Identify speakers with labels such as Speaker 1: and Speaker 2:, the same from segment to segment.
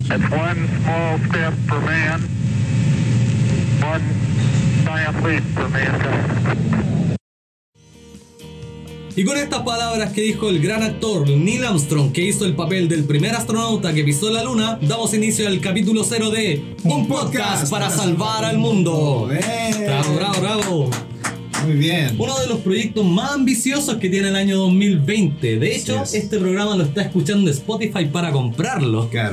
Speaker 1: It's one small step for man, one giant leap for mankind.
Speaker 2: Y con estas palabras que dijo el gran actor Neil Armstrong, que hizo el papel del primer astronauta que pisó la luna, damos inicio al capítulo cero de Un podcast para salvar al mundo.
Speaker 3: ¡Eh!
Speaker 2: Bravo, bravo, bravo.
Speaker 3: Muy bien.
Speaker 2: Uno de los proyectos más ambiciosos que tiene el año 2020. De hecho,
Speaker 3: Así es.
Speaker 2: este programa lo está escuchando Spotify para comprarlo.
Speaker 3: Claro,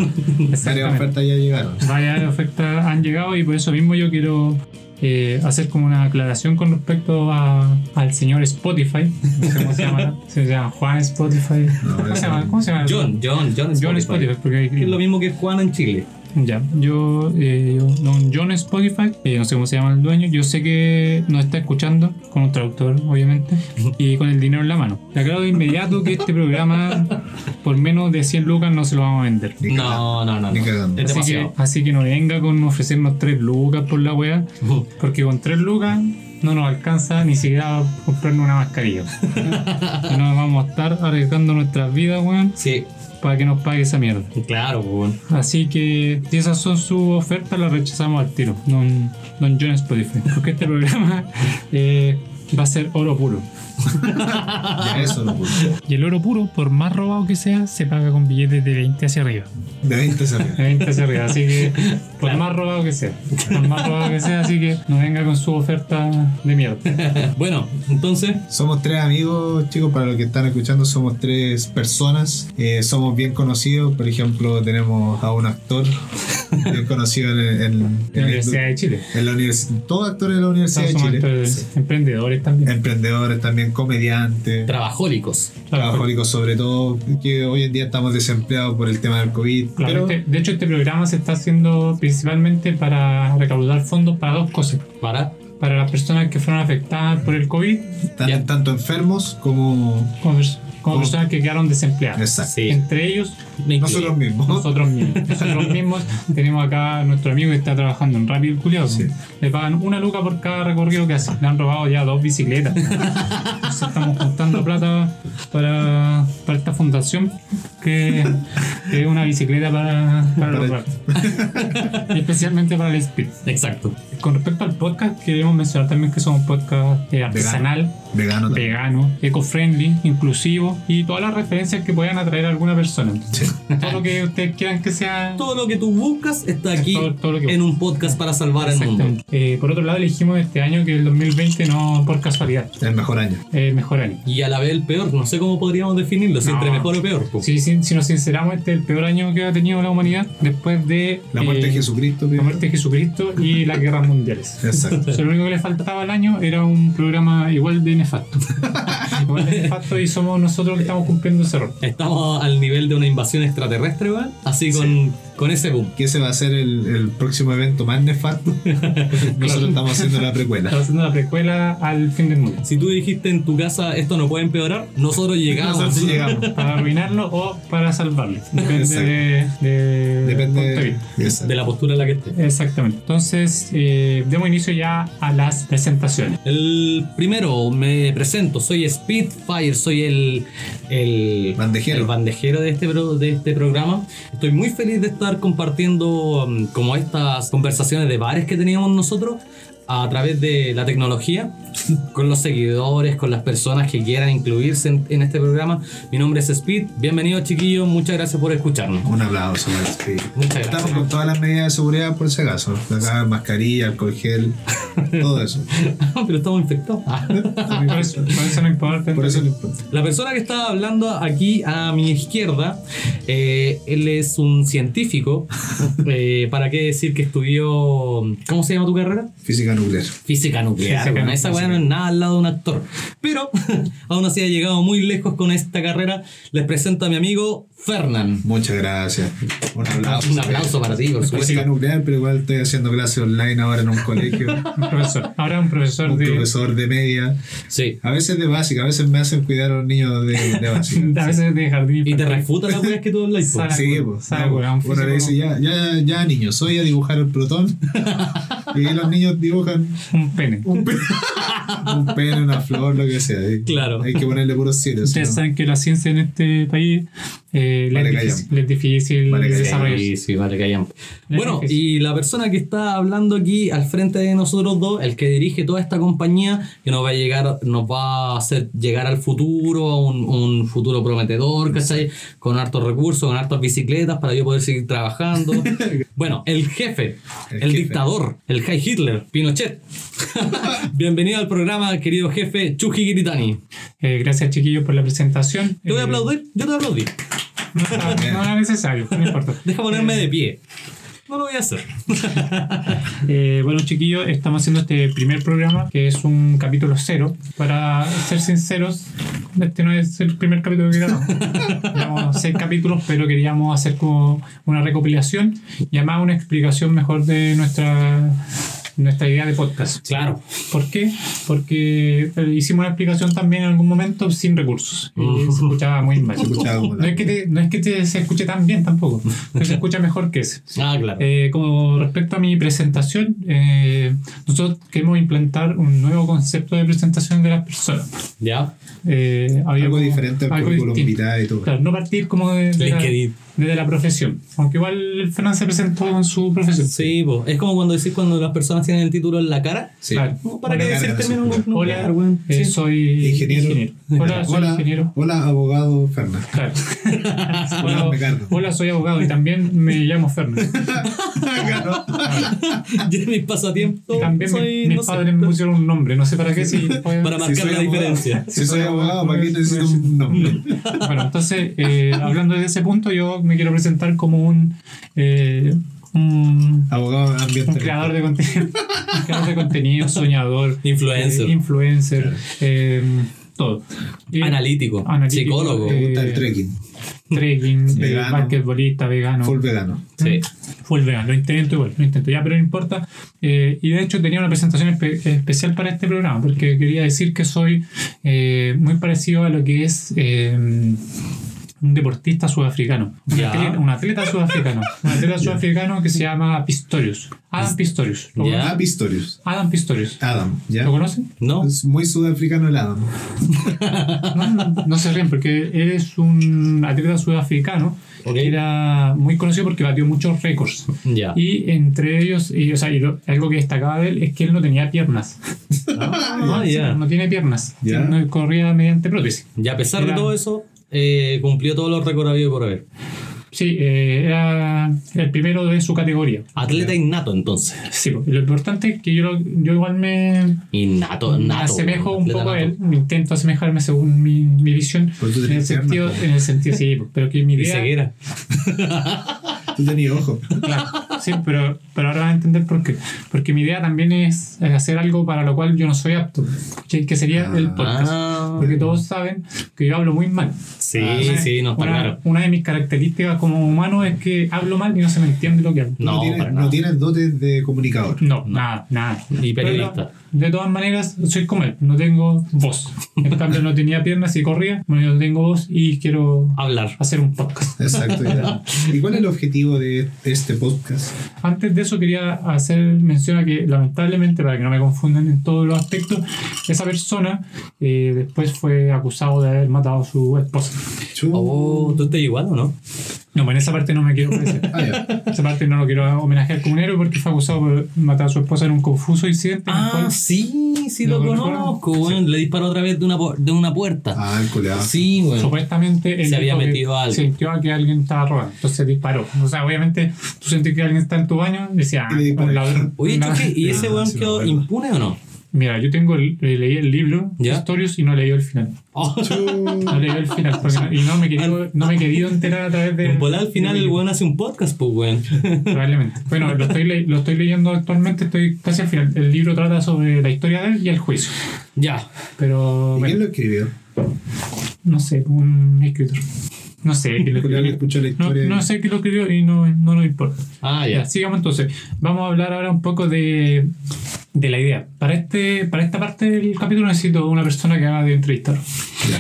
Speaker 3: varias ofertas ya llegaron.
Speaker 4: varias ofertas han llegado y por eso mismo yo quiero eh, hacer como una aclaración con respecto a- al señor Spotify. No sé cómo se llama. Se llama Juan Spotify.
Speaker 3: No,
Speaker 4: ¿Cómo
Speaker 3: ese
Speaker 4: se llama?
Speaker 3: no.
Speaker 4: ¿Cómo se llama?
Speaker 2: John, John, John Spotify.
Speaker 4: John Spotify. porque hay-
Speaker 2: Es lo mismo que Juan en Chile.
Speaker 4: Ya, yo, eh, yo- don John Spotify, eh, no sé cómo se llama el dueño, yo sé que nos está escuchando, con un traductor, obviamente, y con el dinero en la mano. Te aclaro de inmediato que este programa, por menos de 100 lucas, no se lo vamos a vender.
Speaker 3: Ni
Speaker 2: No, no, no.
Speaker 3: Ni
Speaker 2: no.
Speaker 3: cagando.
Speaker 2: Es
Speaker 4: Así que,
Speaker 2: demasiado.
Speaker 4: así que no venga con ofrecernos 3 lucas por la wea, porque con 3 lucas no nos alcanza ni siquiera a comprarnos una mascarilla. y nos vamos a estar arriesgando nuestras vidas, weón,
Speaker 2: Sí,
Speaker 4: para que nos pague esa mierda.
Speaker 2: claro, pues, weón.
Speaker 4: Así que si esas son sus ofertas, las rechazamos al tiro, don, don John Spotify. Porque este programa eh, va a ser oro puro.
Speaker 3: Ya eso lo puse.
Speaker 4: Y el oro puro, por más robado que sea, se paga con billetes de 20 hacia arriba.
Speaker 3: De 20 salió.
Speaker 4: De 20 hacia arriba, así que por más robado que sea. Por más robado que sea, así que no venga con su oferta de mierda.
Speaker 2: Bueno, entonces,
Speaker 3: Somos tres amigos, chicos, para los que están escuchando, somos tres personas. Eh, somos bien conocidos, por ejemplo, tenemos a un actor bien conocido en, el- en-
Speaker 4: De la Universidad de Chile.
Speaker 3: en la universidad. Todo actor de la Universidad
Speaker 4: Todos
Speaker 3: de
Speaker 4: somos
Speaker 3: Chile.
Speaker 4: actores, emprendedores también.
Speaker 3: Emprendedores también, comediantes.
Speaker 2: trabajólicos.
Speaker 3: Trabajólicos sobre todo, que hoy en día estamos desempleados por el tema del COVID.
Speaker 4: Claro,
Speaker 3: pero
Speaker 4: este- de hecho, este programa se está haciendo principalmente para recaudar fondos para dos cosas.
Speaker 2: Para.
Speaker 4: para las personas que fueron afectadas por el COVID,
Speaker 3: están
Speaker 2: ya.
Speaker 3: tanto enfermos como
Speaker 4: como, pers- como
Speaker 3: Como-
Speaker 4: personas que quedaron desempleadas.
Speaker 3: Exacto.
Speaker 2: Sí.
Speaker 4: Entre ellos,
Speaker 2: me incluyo.
Speaker 3: Nosotros mismos.
Speaker 4: nosotros mismos. Nosotros mismos tenemos acá a nuestro amigo que está trabajando en Rápido Culiado.
Speaker 3: Sí.
Speaker 4: Le pagan una luca por cada recorrido que hace. Le han robado ya dos bicicletas. Entonces estamos juntando plata para, para esta fundación que, que es una bicicleta para, para los
Speaker 3: Para-
Speaker 4: ratos. Y especialmente para el speed.
Speaker 2: Exacto.
Speaker 4: Con respecto al podcast, queremos mencionar también que somos un podcast eh, artesanal.
Speaker 3: Vegano también.
Speaker 4: vegano, eco-friendly, inclusivo y todas las referencias que puedan atraer a alguna persona.
Speaker 3: Sí.
Speaker 4: Todo lo que ustedes quieran que sea.
Speaker 2: Todo lo que tú buscas está aquí
Speaker 4: Todo- todo lo que-
Speaker 2: en un podcast para salvar al mundo.
Speaker 4: Exactamente. Eh, por otro lado, elegimos este año que el 2020 no por casualidad,
Speaker 3: El mejor año.
Speaker 4: eh, mejor año.
Speaker 2: Y a la vez el peor, no sé cómo podríamos definirlo, si
Speaker 4: No.
Speaker 2: entre mejor o peor. po.
Speaker 4: Si, si- si nos sinceramos, este es el peor año que ha tenido la humanidad después de
Speaker 3: La muerte
Speaker 4: eh,
Speaker 3: de Jesucristo.
Speaker 4: la
Speaker 3: primero.
Speaker 4: muerte de Jesucristo y las guerras mundiales.
Speaker 3: Exacto.
Speaker 4: O sea, lo único que le faltaba al año era un programa igual de nefasto. igual de nefasto y somos nosotros que estamos cumpliendo ese rol.
Speaker 2: Estamos al nivel de una invasión extraterrestre, ¿verdad? Así con, con ese boom.
Speaker 3: Que ese va a ser el, el próximo evento más nefasto. Nosotros estamos haciendo la precuela.
Speaker 4: Estamos haciendo la precuela al fin del mundo.
Speaker 2: Si tú dijiste en tu casa esto no puede empeorar, nosotros llegamos.
Speaker 3: Nosotros llegamos.
Speaker 4: para arruinarlo o para salvarlo. Depende de, de-
Speaker 3: Depende
Speaker 4: punto de
Speaker 3: de,
Speaker 4: vista.
Speaker 3: Exacto.
Speaker 2: De la postura en la que esté.
Speaker 4: Exactamente. Entonces, eh, demos inicio ya a las presentaciones.
Speaker 2: El primero, me presento, soy Speedfire, soy el, el
Speaker 3: Bandejero.
Speaker 2: el bandejero de este, pro- de este programa. Estoy muy feliz de estar compartiendo mm, como estas conversaciones de bares que teníamos nosotros a través de la tecnología, con los seguidores, con las personas que quieran incluirse en, en este programa. Mi nombre es Speed, bienvenido chiquillos, muchas gracias por escucharnos.
Speaker 3: Un aplauso para el Speed.
Speaker 2: Muchas
Speaker 3: Estamos
Speaker 2: gracias.
Speaker 3: con todas las medidas de seguridad por si acaso. Acá, mascarilla, alcohol gel, todo eso.
Speaker 2: Pero estamos infectados.
Speaker 4: Por eso, por eso no importa.
Speaker 3: Por eso lo importante.
Speaker 2: La persona que está hablando aquí a mi izquierda, eh, él es un científico. Eh, ¿Para qué decir que estudió. ¿Cómo se llama tu carrera?
Speaker 3: Física nuclear.
Speaker 2: Física nuclear.
Speaker 4: Física
Speaker 2: bueno, esa weá no es nada al lado de un actor. Pero aún así ha llegado muy lejos con esta carrera. Les presento a mi amigo Fernán.
Speaker 3: Muchas gracias. Un aplauso.
Speaker 2: Un aplauso para ti, por
Speaker 3: Ah, Física
Speaker 2: supuesto.
Speaker 3: nuclear, pero igual estoy haciendo clases online ahora en un colegio.
Speaker 4: Un profesor. Ahora un profesor
Speaker 3: un
Speaker 4: de.
Speaker 3: profesor de media.
Speaker 2: Sí.
Speaker 3: A veces de básica, a veces me hacen cuidar a los niños de, de básica. pues,
Speaker 4: A veces de jardín.
Speaker 2: Y te
Speaker 4: infantil.
Speaker 2: refuta las weas que tú hablas. po.
Speaker 4: Sala.
Speaker 3: Sí,
Speaker 4: Sabe,
Speaker 3: pues.
Speaker 4: sabe,
Speaker 3: no,
Speaker 4: weón,
Speaker 3: uno le dice, ya, ya, ya, niños, soy a dibujar el protón. y los niños dibujan
Speaker 4: Un pene.
Speaker 3: un pene, un pene, una flor, lo que sea. y
Speaker 2: Claro.
Speaker 3: Hay que ponerle puros siete. si
Speaker 4: Ustedes
Speaker 3: no-
Speaker 4: saben que la ciencia en este país eh, le
Speaker 3: Vale,
Speaker 4: es
Speaker 3: callan.
Speaker 4: difícil- le es difícil
Speaker 3: Vale, callan.
Speaker 4: desarrollarse.
Speaker 2: Sí, sí, vale, que hayan.
Speaker 4: Le es
Speaker 2: Bueno,
Speaker 4: difícil.
Speaker 2: y la persona que está hablando aquí al frente de nosotros dos, el que dirige toda esta compañía, que nos va a llegar, nos va a hacer llegar al futuro, a un, un futuro prometedor, ¿cachai? Con hartos recursos, con hartas bicicletas para yo poder seguir trabajando. bueno, el jefe, el,
Speaker 3: El jefe.
Speaker 2: dictador, el High Hitler, Pinochet. Bienvenido al programa, querido jefe Chuji Giritani.
Speaker 4: Eh, gracias chiquillos por la presentación.
Speaker 2: Te voy a
Speaker 4: Eh,
Speaker 2: aplaudir, yo te aplaudí.
Speaker 4: No, no, no era necesario, no importa.
Speaker 2: Deja ponerme de pie. No lo voy a hacer.
Speaker 4: Eh, bueno, chiquillos, estamos haciendo este primer programa, que es un capítulo cero. Para ser sinceros, este no es el primer capítulo que grabamos. Grabamos seis capítulos, pero queríamos hacer como una recopilación y además una explicación mejor de nuestra, nuestra idea de podcast.
Speaker 2: Claro.
Speaker 4: ¿Por qué? Porque eh, hicimos una explicación también en algún momento sin recursos. Y se escuchaba muy mal.
Speaker 3: escuchaba como la-
Speaker 4: No es que, te- no es que te- se escuche tan bien tampoco, pero se escucha mejor que ese.
Speaker 2: Ah, claro.
Speaker 4: Eh, como respecto a mi presentación, eh, nosotros queremos implantar un nuevo concepto de presentación de las personas.
Speaker 2: ¿Ya?
Speaker 4: Eh, había
Speaker 3: Algo
Speaker 4: como-
Speaker 3: diferente al
Speaker 4: algo
Speaker 3: currículum
Speaker 4: distinto.
Speaker 3: vitae y todo.
Speaker 4: Claro, no partir como de, de la,
Speaker 2: LinkedIn.
Speaker 4: de la profesión. Aunque igual Fernán se presentó con su profesión.
Speaker 2: Sí, po. es como cuando decís cuando las personas tienen el título en la cara.
Speaker 3: Sí.
Speaker 4: Claro.
Speaker 2: No, ¿Para
Speaker 3: Una
Speaker 2: qué
Speaker 3: carga
Speaker 2: decir términos
Speaker 3: de
Speaker 2: no,
Speaker 4: Hola,
Speaker 2: weón?
Speaker 4: eh,
Speaker 2: Sí.
Speaker 4: soy
Speaker 3: Ingeniero.
Speaker 4: Hola, soy
Speaker 3: Hola,
Speaker 4: ingeniero.
Speaker 3: hola, abogado Fernández.
Speaker 4: Claro.
Speaker 3: Hola,
Speaker 4: hola,
Speaker 3: Ricardo.
Speaker 4: hola, soy abogado y también me llamo Fernán.
Speaker 2: Yo en mis pasatiempos
Speaker 4: También mi-
Speaker 2: soy,
Speaker 4: mis
Speaker 2: no sé,
Speaker 4: padres me pusieron un nombre, no sé para qué, si
Speaker 2: para marcar
Speaker 3: soy
Speaker 2: la
Speaker 3: abogado.
Speaker 2: diferencia.
Speaker 3: Si soy abogado, ¿para qué
Speaker 4: pues.
Speaker 3: necesito un nombre?
Speaker 4: Bueno, entonces, eh, hablando de ese punto, yo me quiero presentar como un, eh, un,
Speaker 3: Abogado
Speaker 4: un
Speaker 3: ambiental.
Speaker 4: creador de contenido, un creador de contenido, soñador,
Speaker 2: Influencer.
Speaker 4: eh, influencer, eh, todo. Y-
Speaker 2: Analítico,
Speaker 4: Analítico,
Speaker 2: psicólogo.
Speaker 4: eh,
Speaker 3: Está el trekking,
Speaker 4: trekking, eh,
Speaker 3: Vegano.
Speaker 4: basquetbolista, vegano.
Speaker 3: full vegano.
Speaker 2: Sí.
Speaker 4: Full vegano, lo intento igual, lo intento ya, pero no importa. Eh, y de hecho tenía una presentación espe- especial para este programa, porque quería decir que soy eh, muy parecido a lo que es eh, un deportista sudafricano. Un
Speaker 2: Ya.
Speaker 4: atleta, un atleta sudafricano. Un atleta sudafricano que se llama Pistorius. Adam Pistorius. ¿Lo
Speaker 2: Ya.
Speaker 4: conocen?
Speaker 3: Ah, Pistorius.
Speaker 4: Adam Pistorius.
Speaker 3: Adam, ¿ya?
Speaker 4: ¿Lo conocen?
Speaker 2: ¿No?
Speaker 3: Es muy sudafricano el Adam.
Speaker 4: No, no, no se ríen, porque él es un atleta sudafricano
Speaker 2: Ok.
Speaker 4: que era muy conocido porque batió muchos récords.
Speaker 2: Ya.
Speaker 4: Y entre ellos, y, o sea, y lo- algo que destacaba de él es que él no tenía piernas.
Speaker 2: Ah,
Speaker 4: Sí,
Speaker 2: ya.
Speaker 4: No tiene piernas.
Speaker 3: Ya.
Speaker 4: No corría mediante prótesis.
Speaker 2: Y a pesar de
Speaker 4: Era-
Speaker 2: todo eso, eh, cumplió todos los récords habidos por haber.
Speaker 4: Sí, eh, era el primero de su categoría.
Speaker 2: Atleta innato, entonces.
Speaker 4: Sí, pues, lo importante es que yo, lo- yo igual me,
Speaker 2: Innato,
Speaker 4: me
Speaker 2: nato.
Speaker 4: asemejo
Speaker 2: weón,
Speaker 4: un
Speaker 2: atleta
Speaker 4: poco a
Speaker 2: nato.
Speaker 4: él, intento asemejarme según mi, mi visión.
Speaker 3: Pero tú
Speaker 4: En el,
Speaker 3: tenés piernas,
Speaker 4: sentido,
Speaker 3: pues.
Speaker 4: en el sentido, sí, pues, pero que mi
Speaker 2: Y
Speaker 4: idea.
Speaker 2: ceguera.
Speaker 3: Tú tenías ojo.
Speaker 4: Claro, sí, pero, pero ahora vas a entender por qué. Porque mi idea también es eh, hacer algo para lo cual yo no soy apto, que que sería el podcast.
Speaker 2: Ah,
Speaker 4: Porque todos saben que yo hablo muy mal.
Speaker 2: sí,
Speaker 4: Una-
Speaker 2: sí, no está
Speaker 4: una,
Speaker 2: claro.
Speaker 4: Una de mis características como humano es que hablo mal y no se me entiende lo que hablo.
Speaker 2: No,
Speaker 3: tiene-
Speaker 2: para
Speaker 3: no
Speaker 2: nada.
Speaker 3: tienes dotes de comunicador.
Speaker 4: No, nada, nada.
Speaker 2: Y periodista.
Speaker 4: Pero, de todas maneras, soy como él, no tengo voz. En cambio, no tenía piernas y corría, bueno, yo no tengo voz y quiero
Speaker 2: Hablar.
Speaker 4: hacer un podcast.
Speaker 3: Exacto. ya. ¿Y cuál es el objetivo de este podcast?
Speaker 4: Antes de eso quería hacer mención a que lamentablemente, para que no me confundan en todos los aspectos, esa persona eh, después fue acusado de haber matado a su esposa.
Speaker 3: Chu-
Speaker 2: Oh, ¿tú estás igual o no?
Speaker 4: No, bueno, en esa parte no me quiero parecer.
Speaker 3: Ah, ya.
Speaker 4: Esa parte no lo quiero homenajear como un héroe porque fue acusado por matar a su esposa en un confuso incidente. en el
Speaker 2: Ah,
Speaker 4: cual-
Speaker 2: sí, sí lo,
Speaker 4: ¿Lo
Speaker 2: conozco, weón. Le disparó otra vez de una, pu- de una puerta.
Speaker 3: Ah, el coleado.
Speaker 2: sí, weón.
Speaker 4: Supuestamente él
Speaker 2: Se había
Speaker 4: dijo que
Speaker 2: metido algo.
Speaker 4: Sintió a que alguien estaba robando, entonces disparó. O sea, obviamente tú sentís que alguien está en tu baño y decía, ah,
Speaker 3: Y le disparé.
Speaker 4: un ladrón.
Speaker 2: Oye,
Speaker 4: Una-
Speaker 2: Chucky, ¿y ese
Speaker 3: Ah,
Speaker 2: weón
Speaker 3: sí me
Speaker 2: quedó
Speaker 3: acuerdo.
Speaker 2: impune o no?
Speaker 4: Mira, yo tengo el- le- leí el libro
Speaker 2: ¿Ya?
Speaker 4: Historius y no leí el final.
Speaker 2: Oh,
Speaker 3: Chu-
Speaker 4: No leí el final porque no- y no me, he querido, no me he querido enterar a través de.
Speaker 2: en volar al final el weón hace un podcast, pues, weón.
Speaker 4: Probablemente. Bueno, lo estoy, le- lo estoy leyendo actualmente, estoy casi al final. El libro trata sobre la historia de él y el juicio.
Speaker 2: ya.
Speaker 4: Pero.
Speaker 3: ¿Y
Speaker 4: bueno.
Speaker 3: quién lo escribió?
Speaker 4: no sé, un escritor. No sé quién lo
Speaker 3: Porque alguien escuchó
Speaker 4: escribió.
Speaker 3: la
Speaker 4: No,
Speaker 3: historia. y-
Speaker 4: no sé quién lo escribió y no, no nos importa.
Speaker 2: Ah,
Speaker 4: Ya,
Speaker 2: ya.
Speaker 4: sigamos entonces. Vamos a hablar ahora un poco de de la idea. Para, este, para esta parte del capítulo necesito una persona que haga de entrevistador.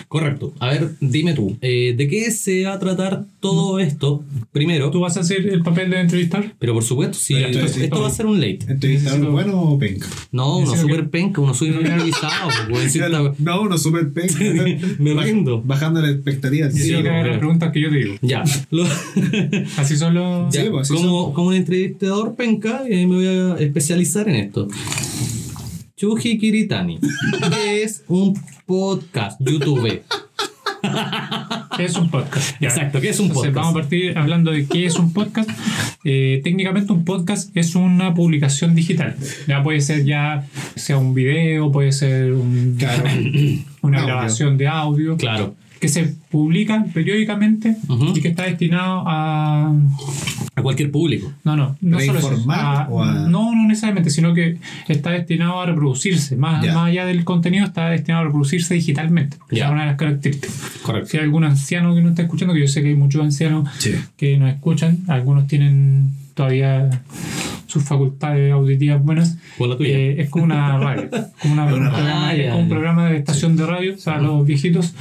Speaker 2: Correcto. A ver, dime tú, eh, ¿de qué se va a tratar todo esto? Primero,
Speaker 4: ¿Tú vas a hacer el papel de entrevistador?
Speaker 2: pero por supuesto, si
Speaker 3: Pero
Speaker 2: esto,
Speaker 3: esto es-
Speaker 2: esto va a ser un late.
Speaker 3: ¿Entrevistador
Speaker 4: Necesito-
Speaker 3: bueno o penca?
Speaker 2: No, uno
Speaker 4: Ese es lo que-
Speaker 2: super penca, uno súper organizado, pues, si esta-
Speaker 3: No, uno super penca.
Speaker 2: Me rindo.
Speaker 3: Bajando la expectativa. al
Speaker 4: Y
Speaker 3: tiro.
Speaker 4: que haga las preguntas que yo te digo.
Speaker 2: Ya. Lo-
Speaker 4: Así solo.
Speaker 2: Ya,
Speaker 3: Sí, pues, así
Speaker 2: como, como un entrevistador penca, eh, me voy a especializar en esto. Chuji Kiritani, que es un podcast YouTube.
Speaker 4: ¿Qué es un podcast? Ya.
Speaker 2: Exacto, ¿qué es un
Speaker 4: Entonces,
Speaker 2: podcast?
Speaker 4: vamos a partir hablando de qué es un podcast. Eh, técnicamente un podcast es una publicación digital. Ya puede ser ya sea un video, puede ser un-
Speaker 3: Claro.
Speaker 4: una
Speaker 3: Audio.
Speaker 4: grabación de audio.
Speaker 2: Claro.
Speaker 4: Que se publica periódicamente
Speaker 2: Ujú.
Speaker 4: y que está destinado a.
Speaker 2: A cualquier público.
Speaker 4: No, no, no
Speaker 3: ¿Para
Speaker 4: solo eso,
Speaker 3: informar
Speaker 4: a-
Speaker 3: o a-
Speaker 4: No, no necesariamente, sino que está destinado a reproducirse. Más,
Speaker 3: Ya.
Speaker 4: más allá del contenido, está destinado a reproducirse digitalmente. que
Speaker 2: Ya.
Speaker 4: Es una de las características. Si
Speaker 2: Correcto.
Speaker 4: hay algún anciano que no está escuchando, que yo sé que hay muchos ancianos
Speaker 3: Sí.
Speaker 4: que nos escuchan, algunos tienen todavía sus facultades auditivas buenas.
Speaker 2: Con la tuya.
Speaker 4: Eh, es como una radio, como una-
Speaker 3: Es una
Speaker 4: un
Speaker 3: radio.
Speaker 4: programa,
Speaker 2: Ah,
Speaker 4: es
Speaker 2: ya,
Speaker 4: como un
Speaker 2: ya.
Speaker 4: programa de estación de radio para los viejitos,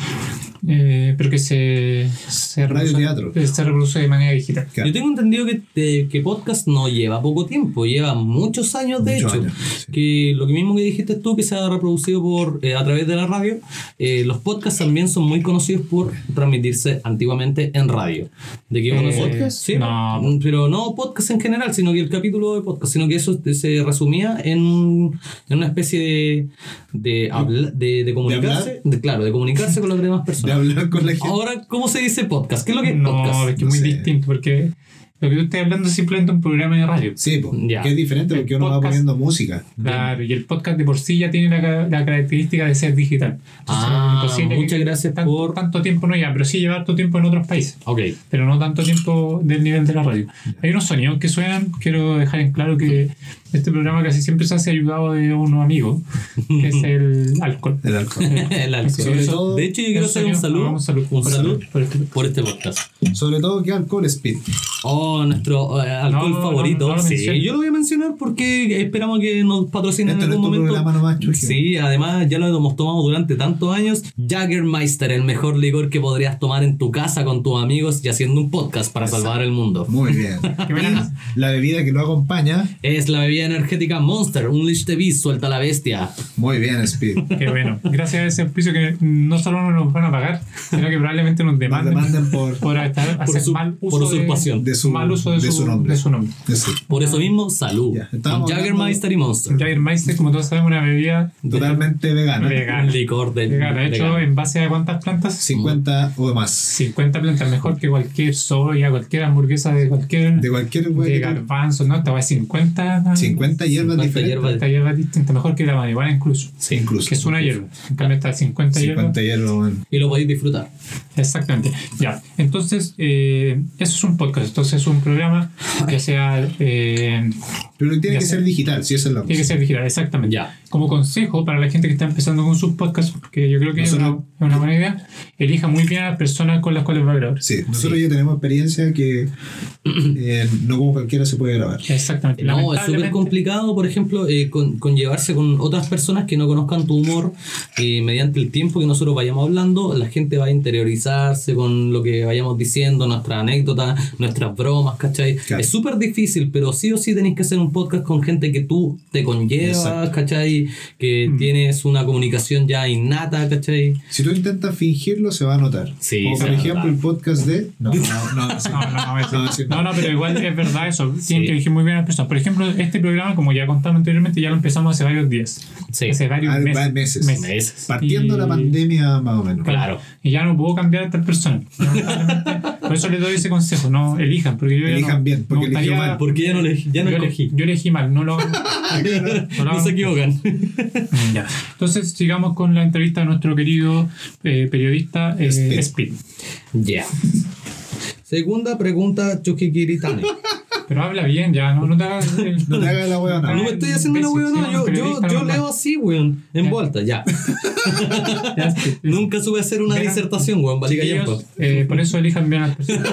Speaker 4: eh, pero que se, se,
Speaker 3: Radio
Speaker 4: reproduce-
Speaker 3: teatro.
Speaker 4: eh, se reproduce de manera digital.
Speaker 3: Claro.
Speaker 2: Yo tengo entendido que, te- que podcast no lleva poco tiempo, lleva muchos años de
Speaker 3: Muchos
Speaker 2: hecho.
Speaker 3: años, sí.
Speaker 2: Que lo que mismo que dijiste tú, que se ha reproducido por eh, a través de la radio, eh, los podcasts también son muy conocidos por transmitirse antiguamente en radio. ¿De qué uno
Speaker 4: Eh,
Speaker 2: podcast? Sí,
Speaker 4: no.
Speaker 2: pero no podcast en general, sino que el capítulo de podcast, sino que eso se resumía en, en una especie de, de, habla- de, de comunicarse, de- claro, de comunicarse con las demás
Speaker 3: De
Speaker 2: personas.
Speaker 3: hablar con la gente.
Speaker 2: Ahora, ¿cómo se dice podcast? ¿Qué es lo que es
Speaker 4: No, es
Speaker 2: podcast?
Speaker 4: que
Speaker 3: No
Speaker 4: es muy
Speaker 3: sé.
Speaker 4: distinto, porque lo que tú estás hablando es simplemente un programa de radio.
Speaker 3: Sí, po,
Speaker 2: Ya.
Speaker 3: que es diferente porque
Speaker 4: El
Speaker 3: uno va
Speaker 4: podcast.
Speaker 3: poniendo música.
Speaker 4: Claro, y el podcast de por sí ya tiene la, ca- la característica de ser digital.
Speaker 2: Ah,
Speaker 4: es imposible
Speaker 2: muchas
Speaker 4: que
Speaker 2: gracias
Speaker 4: tanto,
Speaker 2: por-
Speaker 4: tanto tiempo no ya, pero sí lleva harto tiempo en otros países,
Speaker 2: Ok.
Speaker 4: pero no tanto tiempo del nivel de la radio. Hay unos sonidos que suenan, quiero dejar en claro que este programa casi siempre se hace ayudado de unos amigos, que es el alcohol.
Speaker 3: El alcohol.
Speaker 2: El alcohol.
Speaker 3: Sobre todo-
Speaker 2: de hecho, yo quiero
Speaker 4: El
Speaker 2: hacer un
Speaker 4: sonido-
Speaker 2: saludo,
Speaker 4: ah,
Speaker 2: un
Speaker 4: un saludo.
Speaker 2: saludo,
Speaker 4: Un saludo por este-
Speaker 2: por este podcast.
Speaker 3: Sobre todo que alcohol speed.
Speaker 2: Oh, nuestro eh, alcohol
Speaker 4: No, no,
Speaker 2: favorito.
Speaker 4: no lo
Speaker 2: sí,
Speaker 4: menciones.
Speaker 2: yo lo voy a mencionar porque esperamos que nos patrocinen en
Speaker 3: Esto no
Speaker 2: algún
Speaker 3: es tu
Speaker 2: momento.
Speaker 3: programa nomás, Chuji.
Speaker 2: sí, además ya lo hemos tomado durante tantos años. Jaggermeister, el mejor licor que podrías tomar en tu casa con tus amigos y haciendo un podcast para salvar el mundo.
Speaker 3: Muy bien.
Speaker 4: Que verás.
Speaker 3: Y la bebida que lo acompaña,
Speaker 2: Es la bebida energética Monster, un Lich TV, suelta la bestia.
Speaker 3: muy bien speed.
Speaker 4: Qué bueno. Gracias a ese auspicio que no solo no nos van a pagar, sino que probablemente nos
Speaker 3: Más
Speaker 4: demanden,
Speaker 3: demandan por...
Speaker 4: por estar- hacer
Speaker 2: usu-
Speaker 4: mal
Speaker 2: por
Speaker 4: uso de-
Speaker 2: usurpación.
Speaker 3: De su,
Speaker 4: mal uso de, su,
Speaker 3: nombre.
Speaker 4: de su nombre.
Speaker 3: Eso.
Speaker 2: Por eso mismo, salud.
Speaker 3: Ya, estábamos
Speaker 2: Con Jaggermeister y Monster.
Speaker 4: Jägermeister, como todos sabemos, una bebida
Speaker 3: Totalmente vegana.
Speaker 4: vegana.
Speaker 2: Un licor de,
Speaker 4: Vegana, hecho
Speaker 2: vegano.
Speaker 4: en base a cuántas plantas?
Speaker 3: 50 o más.
Speaker 4: 50 plantas, mejor que cualquier soya, cualquier hamburguesa de cualquier.
Speaker 3: De cualquier hueá
Speaker 4: de
Speaker 3: que-
Speaker 4: garbanzo, no, estaba 50.
Speaker 3: 50 hierbas
Speaker 2: 50
Speaker 3: diferentes.
Speaker 2: hierbas.
Speaker 4: Esta hierba distinta, mejor que la marihuana incluso.
Speaker 3: Sí, incluso.
Speaker 4: Que es una hierba. En cambio, está 50 hierbas.
Speaker 3: 50 hierbas, bueno.
Speaker 2: Y lo podéis disfrutar.
Speaker 4: Exactamente. Ya. Entonces, eh, eso es un podcast. Entonces, es un programa que sea. eh,
Speaker 3: Pero tiene
Speaker 4: Ya
Speaker 3: que
Speaker 4: sé.
Speaker 3: ser digital, si esa es la
Speaker 4: tiene que
Speaker 3: cosa.
Speaker 4: ser digital, exactamente.
Speaker 2: Ya.
Speaker 4: Como consejo para la gente que está empezando con sus podcasts, que yo creo que es una,
Speaker 3: Nosotros-
Speaker 4: es una buena idea, elija muy bien a las personas con las cuales va a grabar.
Speaker 3: Sí, nosotros ya tenemos experiencia que eh, no como cualquiera se puede grabar.
Speaker 4: Exactamente.
Speaker 2: No, es súper
Speaker 4: Lamentablemente-
Speaker 2: complicado, por ejemplo, eh, con, conllevarse con otras personas que no conozcan tu humor. eh, mediante el tiempo que nosotros vayamos hablando, la gente va a interiorizarse con lo que vayamos diciendo, nuestras anécdotas, nuestras bromas, ¿cachai?
Speaker 3: Claro.
Speaker 2: Es súper difícil, pero sí o sí tenéis que hacer un podcast con gente que tú te conllevas,
Speaker 3: Exacto.
Speaker 2: ¿cachai? Que
Speaker 4: Mm.
Speaker 2: tienes una comunicación ya innata, ¿cachai?
Speaker 3: Si tú intentas fingirlo, se va a notar.
Speaker 2: Sí,
Speaker 3: como
Speaker 2: se
Speaker 3: por
Speaker 2: va a
Speaker 3: ejemplo
Speaker 2: notar.
Speaker 3: el podcast de. No, no, no. sí.
Speaker 4: No, no, eso-
Speaker 3: No, sí, no.
Speaker 4: no, no, pero igual es verdad eso. Tienen que elegir muy bien a las personas. Por ejemplo, este programa, como ya contamos anteriormente, ya lo empezamos hace varios días.
Speaker 2: Sí.
Speaker 4: Hace varios
Speaker 3: Ah,
Speaker 4: meses.
Speaker 3: meses.
Speaker 2: Meses.
Speaker 3: Partiendo
Speaker 4: Y-
Speaker 3: la pandemia, más o menos.
Speaker 2: Claro.
Speaker 4: Y ya no puedo cambiar a estas personas. Por eso les doy ese consejo. No elijan, porque yo ya
Speaker 3: Elijan
Speaker 4: no-
Speaker 3: bien, porque
Speaker 4: me gustaría-
Speaker 3: eligió mal.
Speaker 2: Porque ya no, elegí- ya no
Speaker 4: yo, Ah,
Speaker 2: elegí.
Speaker 4: yo elegí mal, no lo hagan.
Speaker 2: no se equivocan.
Speaker 4: Ya. Entonces, sigamos con la entrevista a nuestro querido eh, periodista eh,
Speaker 3: Speed.
Speaker 4: Speed.
Speaker 2: Ya. Segunda pregunta, Chucky Kiritani.
Speaker 4: Pero habla bien, ya, no, no te hagas. eh, el-
Speaker 3: No te hagas la hueá,
Speaker 2: No me estoy haciendo la weón, no, yo, yo, yo leo así, weón, en
Speaker 4: Ya.
Speaker 2: vuelta, ya.
Speaker 4: Ya, Speed.
Speaker 2: Nunca supe hacer una
Speaker 4: Verán,
Speaker 2: disertación, weón, valiga
Speaker 4: Chiquillos,
Speaker 2: yempa.
Speaker 4: eh, por eso elijan bien a las personas.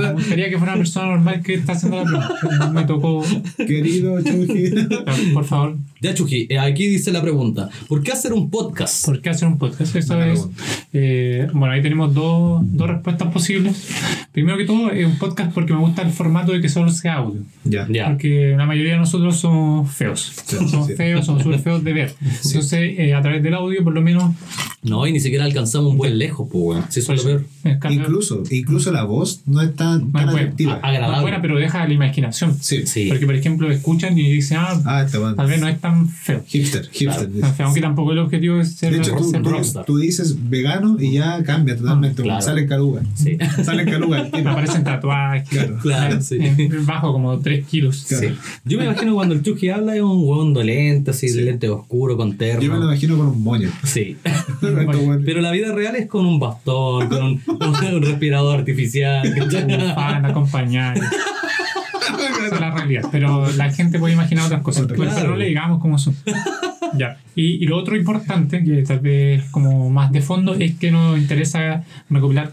Speaker 4: Me gustaría que fuera una persona normal que está haciendo la pregunta. No Me tocó.
Speaker 3: Querido Chuji.
Speaker 4: Por favor,
Speaker 2: Ya, Chuji, eh, aquí dice la pregunta. ¿Por qué hacer un podcast?
Speaker 4: ¿Por qué hacer un podcast? Eso
Speaker 3: Buena
Speaker 4: es. eh, bueno, ahí tenemos dos, dos respuestas posibles. Primero que todo, es un podcast porque me gusta el formato de que solo sea audio.
Speaker 3: Ya.
Speaker 2: Ya.
Speaker 4: Porque la mayoría de nosotros somos feos. Somos
Speaker 3: sí.
Speaker 4: feos, somos súper feos de ver. Entonces, eh, a través del audio, por lo menos.
Speaker 2: No, y ni siquiera alcanzamos un buen lejos, pues, weón. Si eso es lo peor.
Speaker 4: es cambio-
Speaker 3: Incluso, incluso la voz no es tan, tan
Speaker 4: Más buena.
Speaker 3: atractiva.
Speaker 2: Ah,
Speaker 4: más
Speaker 2: Agradable.
Speaker 4: buena, pero deja la imaginación.
Speaker 3: sí.
Speaker 2: Sí.
Speaker 4: Porque, por ejemplo, escuchan y dicen, ah,
Speaker 3: Ah, esta banda.
Speaker 4: tal vez no es tan feo.
Speaker 3: Hipster, hipster.
Speaker 4: Tan feo, Aunque tampoco el objetivo es ser
Speaker 3: De hecho, tú,
Speaker 4: ser
Speaker 3: tú-
Speaker 2: rockstar.
Speaker 3: tú dices vegano y ya cambia totalmente.
Speaker 2: Ah, Claro.
Speaker 3: Sale en caruga.
Speaker 2: Sí.
Speaker 3: Sale en caruga. al
Speaker 4: Me
Speaker 3: tiro.
Speaker 4: aparecen tatuajes.
Speaker 3: Claro.
Speaker 2: Claro, sí.
Speaker 4: Eh, Bajo como 3 kilos.
Speaker 3: Claro.
Speaker 2: Sí. Yo me imagino cuando el Chuji habla es un hueón dolente, así, de lente oscuro, con
Speaker 3: Yo me lo
Speaker 2: terno.
Speaker 3: imagino con un moño.
Speaker 2: Sí.
Speaker 3: Estos buenos.
Speaker 2: Pero la vida real es con un bastón, con un, un respirador artificial. ¿cachai?
Speaker 4: Fan, acompañar. Esa es la realidad. Pero la gente puede imaginar otras cosas.
Speaker 3: Otra
Speaker 4: Pero
Speaker 2: cosa.
Speaker 4: no le digamos cómo son. Ya. Y, y lo otro importante, que tal vez como más de fondo, es que nos interesa recopilar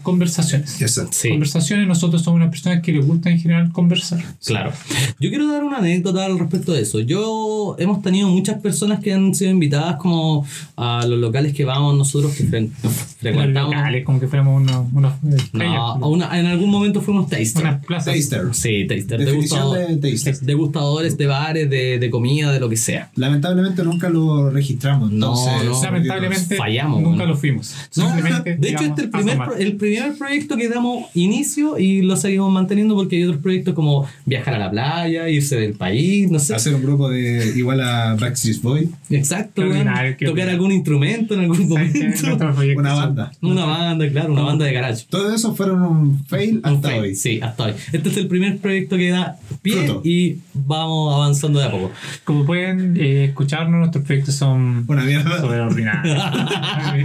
Speaker 4: conversaciones.
Speaker 3: Exacto.
Speaker 2: Sí.
Speaker 4: Conversaciones, nosotros somos unas personas que les gusta en general conversar.
Speaker 2: Claro. Yo quiero dar una anécdota al respecto de eso. Yo hemos tenido muchas personas que han sido invitadas como a los locales que vamos nosotros que fre-
Speaker 4: Los
Speaker 2: frecuentamos.
Speaker 4: locales, como que fuéramos unos. unos
Speaker 2: No,
Speaker 4: estrellas,
Speaker 2: a una- en algún momento fuimos taster.
Speaker 4: unas plazas.
Speaker 3: Taster.
Speaker 2: Sí, taster.
Speaker 3: Definición
Speaker 2: degustador-
Speaker 3: de taster.
Speaker 2: degustadores de bares, de, de comida, de lo que sea.
Speaker 3: Lamentablemente nunca lo registramos.
Speaker 2: No,
Speaker 3: entonces,
Speaker 2: no.
Speaker 4: Lamentablemente,
Speaker 2: Fallamos,
Speaker 4: nunca
Speaker 2: bueno.
Speaker 4: lo fuimos.
Speaker 2: No,
Speaker 4: Simplemente
Speaker 2: de hecho,
Speaker 4: llegamos
Speaker 2: este es el
Speaker 4: a
Speaker 2: primer,
Speaker 4: tomar.
Speaker 2: pro- el primer proyecto que damos inicio y lo seguimos manteniendo porque hay otros proyectos como viajar a la playa, irse del país, no sé.
Speaker 3: Hacer un grupo de igual a Backstreet Boy,
Speaker 2: Exacto,
Speaker 4: Qué
Speaker 2: weón.
Speaker 4: ordinario, qué
Speaker 2: tocar
Speaker 4: ordinario.
Speaker 2: algún instrumento en algún
Speaker 4: ¿Sabes qué?
Speaker 2: momento.
Speaker 4: Nuestros proyectos
Speaker 3: una
Speaker 4: son-
Speaker 3: banda.
Speaker 2: Una banda, claro, una banda de garage.
Speaker 3: Todo eso fueron un fail
Speaker 2: Un
Speaker 3: hasta
Speaker 2: fail,
Speaker 3: hoy.
Speaker 2: Sí, hasta hoy. Este es el primer proyecto que da pie
Speaker 3: Fruto.
Speaker 2: y vamos avanzando de a poco.
Speaker 4: Como pueden eh, escucharnos, nuestros proyectos son
Speaker 3: Una mierda.
Speaker 4: sobreordinarios.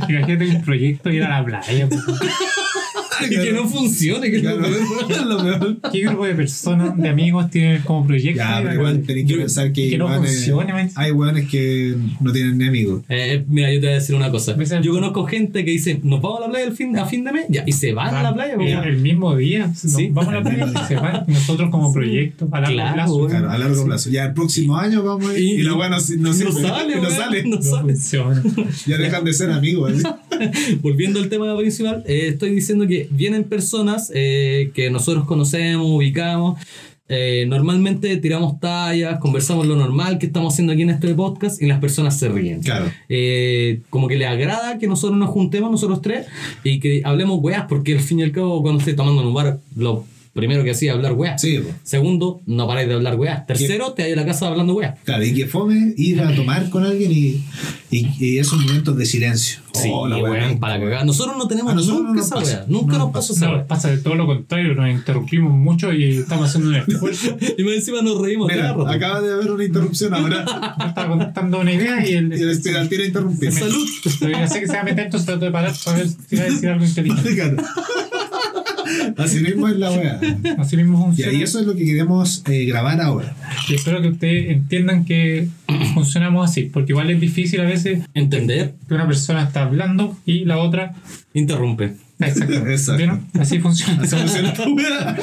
Speaker 4: Imagínate un proyecto ir a la playa. pues. po.
Speaker 2: Y que no funcione, que
Speaker 3: Claro,
Speaker 2: no-
Speaker 3: es lo peor.
Speaker 4: ¿Qué grupo de personas, de amigos, tienen como proyecto?
Speaker 3: Ya,
Speaker 4: ir a
Speaker 3: pero
Speaker 4: la
Speaker 3: igual
Speaker 4: playa?
Speaker 3: tenéis que
Speaker 4: Yo-
Speaker 3: pensar que, eh, Ah,
Speaker 4: que
Speaker 3: hay
Speaker 4: no
Speaker 3: hueones-
Speaker 4: funcione, man.
Speaker 3: hay hueones que no tienen ni amigos.
Speaker 2: Eh, mira, yo te voy a decir una cosa.
Speaker 4: Me sale-
Speaker 2: Yo conozco gente que dice, nos vamos a la playa el fin, a fin de mes, ya, y se van a la playa.
Speaker 4: Eh,
Speaker 3: pues.
Speaker 2: weón.
Speaker 4: el mismo día. pues, nos
Speaker 2: Sí.
Speaker 4: Vamos a la playa y se van. Nosotros como proyecto, a largo
Speaker 2: Claro,
Speaker 4: plazo.
Speaker 2: weón.
Speaker 3: Claro, a largo plazo. Ya el próximo año vamos a ir, y,
Speaker 2: Y-
Speaker 3: la hueá no, si- no
Speaker 2: no
Speaker 3: sirve,
Speaker 2: sale,
Speaker 3: no
Speaker 2: weón,
Speaker 3: sale.
Speaker 2: no
Speaker 4: No
Speaker 2: sale.
Speaker 4: funciona.
Speaker 3: Ya dejan de ser amigos. ¿eh? así.
Speaker 2: Volviendo al tema principal, eh, estoy diciendo que vienen personas eh, que nosotros conocemos, ubicamos. eh, normalmente tiramos tallas, conversamos lo normal que estamos haciendo aquí en este podcast y las personas se ríen.
Speaker 3: Claro.
Speaker 2: Eh, como que le agrada que nosotros nos juntemos, nosotros tres, y que hablemos weas, porque al fin y al cabo, cuando estés tomando en un bar, lo primero que hacía es hablar weas.
Speaker 3: Sí, po.
Speaker 2: Segundo, no paráis de hablar weas. Tercero, te hay a la casa hablando weas.
Speaker 3: Claro, y que fome ir a tomar con alguien y, y, y esos momentos de silencio.
Speaker 2: Sí,
Speaker 3: Oh, la
Speaker 2: weón,
Speaker 3: weón.
Speaker 2: para cagar. Nosotros no tenemos
Speaker 3: A nosotros no
Speaker 2: nunca
Speaker 3: nos
Speaker 2: esa
Speaker 3: pasa.
Speaker 2: wea. Nunca
Speaker 3: No
Speaker 2: nos
Speaker 3: nos
Speaker 2: pasa esa
Speaker 4: No,
Speaker 2: wea.
Speaker 4: pasa de todo lo contrario. Nos interrumpimos mucho y estamos haciendo un esfuerzo.
Speaker 2: Y más encima nos reímos
Speaker 3: Mira,
Speaker 2: cada rato.
Speaker 3: acaba de haber una interrupción ahora.
Speaker 4: Yo estaba contando una idea y el...
Speaker 3: y el tira tira a interrumpir.
Speaker 2: Salud.
Speaker 4: Ya sé que se va a meter, entonces trato de parar para ver si va a decir algo inteligente.
Speaker 3: Claro. Así mismo es la weá.
Speaker 4: Así mismo
Speaker 3: Ya,
Speaker 4: funciona.
Speaker 3: y eso es lo que queremos eh, grabar ahora.
Speaker 4: Yo espero que ustedes entiendan que funcionamos así, porque igual es difícil a veces
Speaker 2: Entender,
Speaker 4: que una persona está hablando y la otra.
Speaker 2: interrumpe.
Speaker 4: Exacto.
Speaker 3: Exacto.
Speaker 4: ¿Vieron? Así funciona.
Speaker 3: Hacemos esta weá.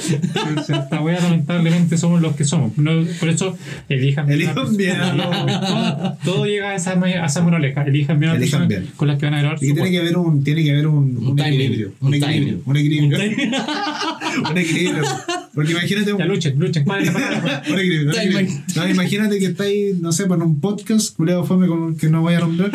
Speaker 4: La wea, lamentablemente, somos los que somos. No- por eso, elijan bien. a la
Speaker 3: Elijan bien.
Speaker 4: persona. Todo, todo llega a esa, a esa moraleja. Elijan bien a la
Speaker 3: Elijan
Speaker 4: persona
Speaker 3: bien.
Speaker 4: con la que van a grabar.
Speaker 3: Y que
Speaker 4: su
Speaker 3: tiene que haber un, tiene que haber un, un,
Speaker 2: timing,
Speaker 3: equilibrio. Un
Speaker 2: un
Speaker 3: equilibrio.
Speaker 2: timing.
Speaker 3: Un equilibrio.
Speaker 2: Un timing.
Speaker 3: Un equilibrio. Porque imagínate un,
Speaker 4: podcast. Ya luchen, luchen. ¿Cuál es la palabra?
Speaker 3: Ahora que- ahora que-
Speaker 2: Timing.
Speaker 3: no, imagínate que estáis, no sé, por un podcast, culeado fome con que no voy a nombrar,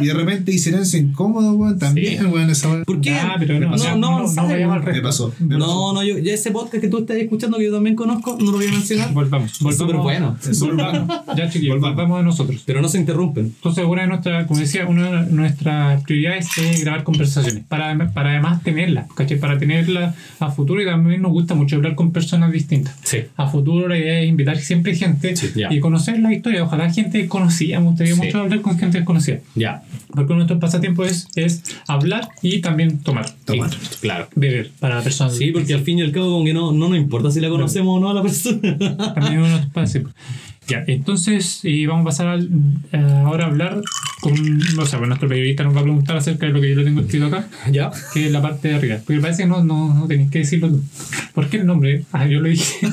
Speaker 3: y de repente hay silencio incómodo, weón, también,
Speaker 2: Sí.
Speaker 3: weón, esa weón.
Speaker 2: ¿Por qué?
Speaker 4: Ah, pero no,
Speaker 2: no,
Speaker 4: o sea, no, no,
Speaker 2: sabe,
Speaker 4: vayamos al
Speaker 2: weón.
Speaker 3: Me
Speaker 4: resto.
Speaker 3: pasó. me pasó.
Speaker 2: No, no, yo, ya ese podcast que tú estás escuchando que yo también conozco, no lo voy a mencionar.
Speaker 4: Volvamos, volvamos.
Speaker 2: Es súper bueno.
Speaker 3: Es súper
Speaker 4: Volvamos. Ya, chiquillos,
Speaker 3: Volvamos.
Speaker 4: volvamos a nosotros.
Speaker 2: Pero no se interrumpen.
Speaker 4: Entonces, una de nuestras, como decía, una de nuestras prioridades es grabar conversaciones, para, para además tenerlas, ¿cachai? Para tenerlas a futuro y también nos gusta mucho hablar con personas distintas.
Speaker 2: Sí.
Speaker 4: A futuro la idea es invitar siempre gente
Speaker 2: Sí, ya.
Speaker 4: y conocer la historia, ojalá gente desconocida, me gustaría
Speaker 2: Sí.
Speaker 4: mucho hablar con gente desconocida,
Speaker 2: Ya.
Speaker 4: porque uno de nuestros pasatiempos es, es hablar y también tomar,
Speaker 3: Tomar.
Speaker 4: Y
Speaker 2: Claro.
Speaker 4: beber para personas.
Speaker 2: Sí, porque al fin y al cabo, como que no, no nos importa si la conocemos o no a la persona.
Speaker 4: También uno de nuestros pasatiempos. Ya, entonces eh, vamos a pasar al- a- ahora a hablar con. O sea, bueno, nuestro periodista nos va a preguntar acerca de lo que yo lo tengo escrito acá,
Speaker 2: ¿Ya?
Speaker 4: que es la parte de arriba. Porque parece que no, no, no tenéis que decirlo tú. ¿Por qué el nombre? Ah, yo lo dije.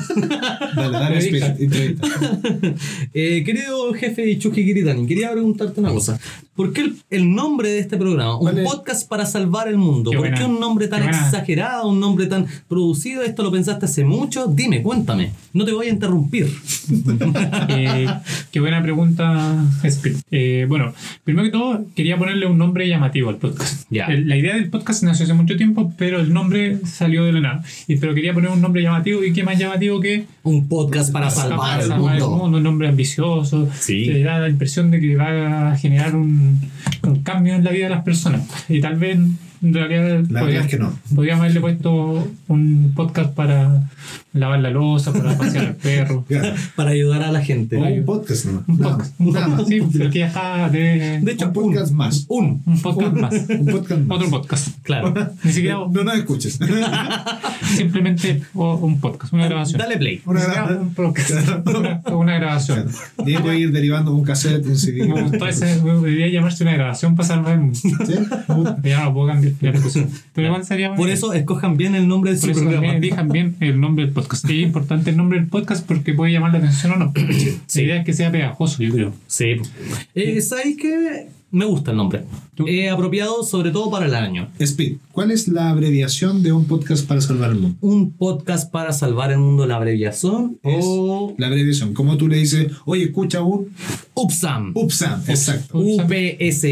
Speaker 3: Dale, dale,
Speaker 4: Entrevista.
Speaker 3: espe- entrevista.
Speaker 2: Eh, querido jefe Ichuki Kiritani, quería preguntarte una cosa. ¿Por qué el, el nombre de este programa? Un
Speaker 3: ¿Cuál es?
Speaker 2: podcast para salvar el mundo.
Speaker 4: Qué
Speaker 2: ¿Por
Speaker 4: buena.
Speaker 2: qué un nombre tan
Speaker 4: Qué buena.
Speaker 2: exagerado, un nombre tan producido? ¿Esto lo pensaste hace mucho? Dime, cuéntame. No te voy a interrumpir.
Speaker 4: Eh, qué buena pregunta, Spirit. Eh, bueno, primero que todo, quería ponerle un nombre llamativo al podcast.
Speaker 2: Ya.
Speaker 4: El- La idea del podcast nació hace mucho tiempo, pero el nombre salió de la nada. Y, pero quería poner un nombre llamativo, y qué más llamativo que
Speaker 2: Un podcast para salvar
Speaker 4: Salvar
Speaker 2: el
Speaker 4: el
Speaker 2: mundo.
Speaker 4: mundo, un nombre ambicioso.
Speaker 2: Sí.
Speaker 4: Te da la impresión de que va a generar un, un cambio en la vida de las personas. Y tal vez, en realidad,
Speaker 3: La verdad es que no.
Speaker 4: podríamos haberle puesto un podcast para lavar la losa, para pasear al perro.
Speaker 3: Ya.
Speaker 2: Para ayudar a la gente.
Speaker 3: O un podcast nomás.
Speaker 4: Un
Speaker 3: Nada más. Nada más.
Speaker 4: podcast. Un podcast, sí, pero que ya está de,
Speaker 2: De hecho,
Speaker 3: Un podcast
Speaker 2: un-
Speaker 3: más.
Speaker 2: Un.
Speaker 4: un podcast más.
Speaker 3: Un podcast más.
Speaker 4: Otro podcast.
Speaker 2: Claro.
Speaker 4: Ni siquiera
Speaker 3: No nos escuches.
Speaker 4: simplemente o- un podcast, una grabación.
Speaker 2: Dale play.
Speaker 4: Ni
Speaker 3: Una
Speaker 4: siquiera
Speaker 3: gra-
Speaker 4: un podcast, una, una grabación.
Speaker 3: Tiene que ir derivando un cassette, un CD.
Speaker 4: Me gustó ese, debería llamarse una grabación para salvar el mundo.
Speaker 3: ¿Sí?
Speaker 4: Ya no puedo cambiar ya lo puse. Pero igual sería
Speaker 2: Por eso escojan bien el nombre de
Speaker 4: por
Speaker 2: su
Speaker 4: eso
Speaker 2: programa.
Speaker 4: también elijan bien el nombre del podcast. Es importante el nombre del podcast porque puede llamar la atención o no.
Speaker 2: Sí.
Speaker 4: La idea es que sea pegajoso, yo creo.
Speaker 2: Sí. po. Eh, ¿Sabes qué? Me gusta el nombre.
Speaker 4: ¿Tú?
Speaker 2: Eh, apropiado sobre todo para el año.
Speaker 3: Speed, ¿cuál es la abreviación de un podcast para salvar el mundo?
Speaker 2: Un podcast para salvar el mundo, la abreviación.
Speaker 3: Es
Speaker 2: O
Speaker 3: la abreviación. Como tú le dices, oye, escucha un
Speaker 2: UPSAM.
Speaker 3: UPSAM. Exacto.
Speaker 4: UPSAM.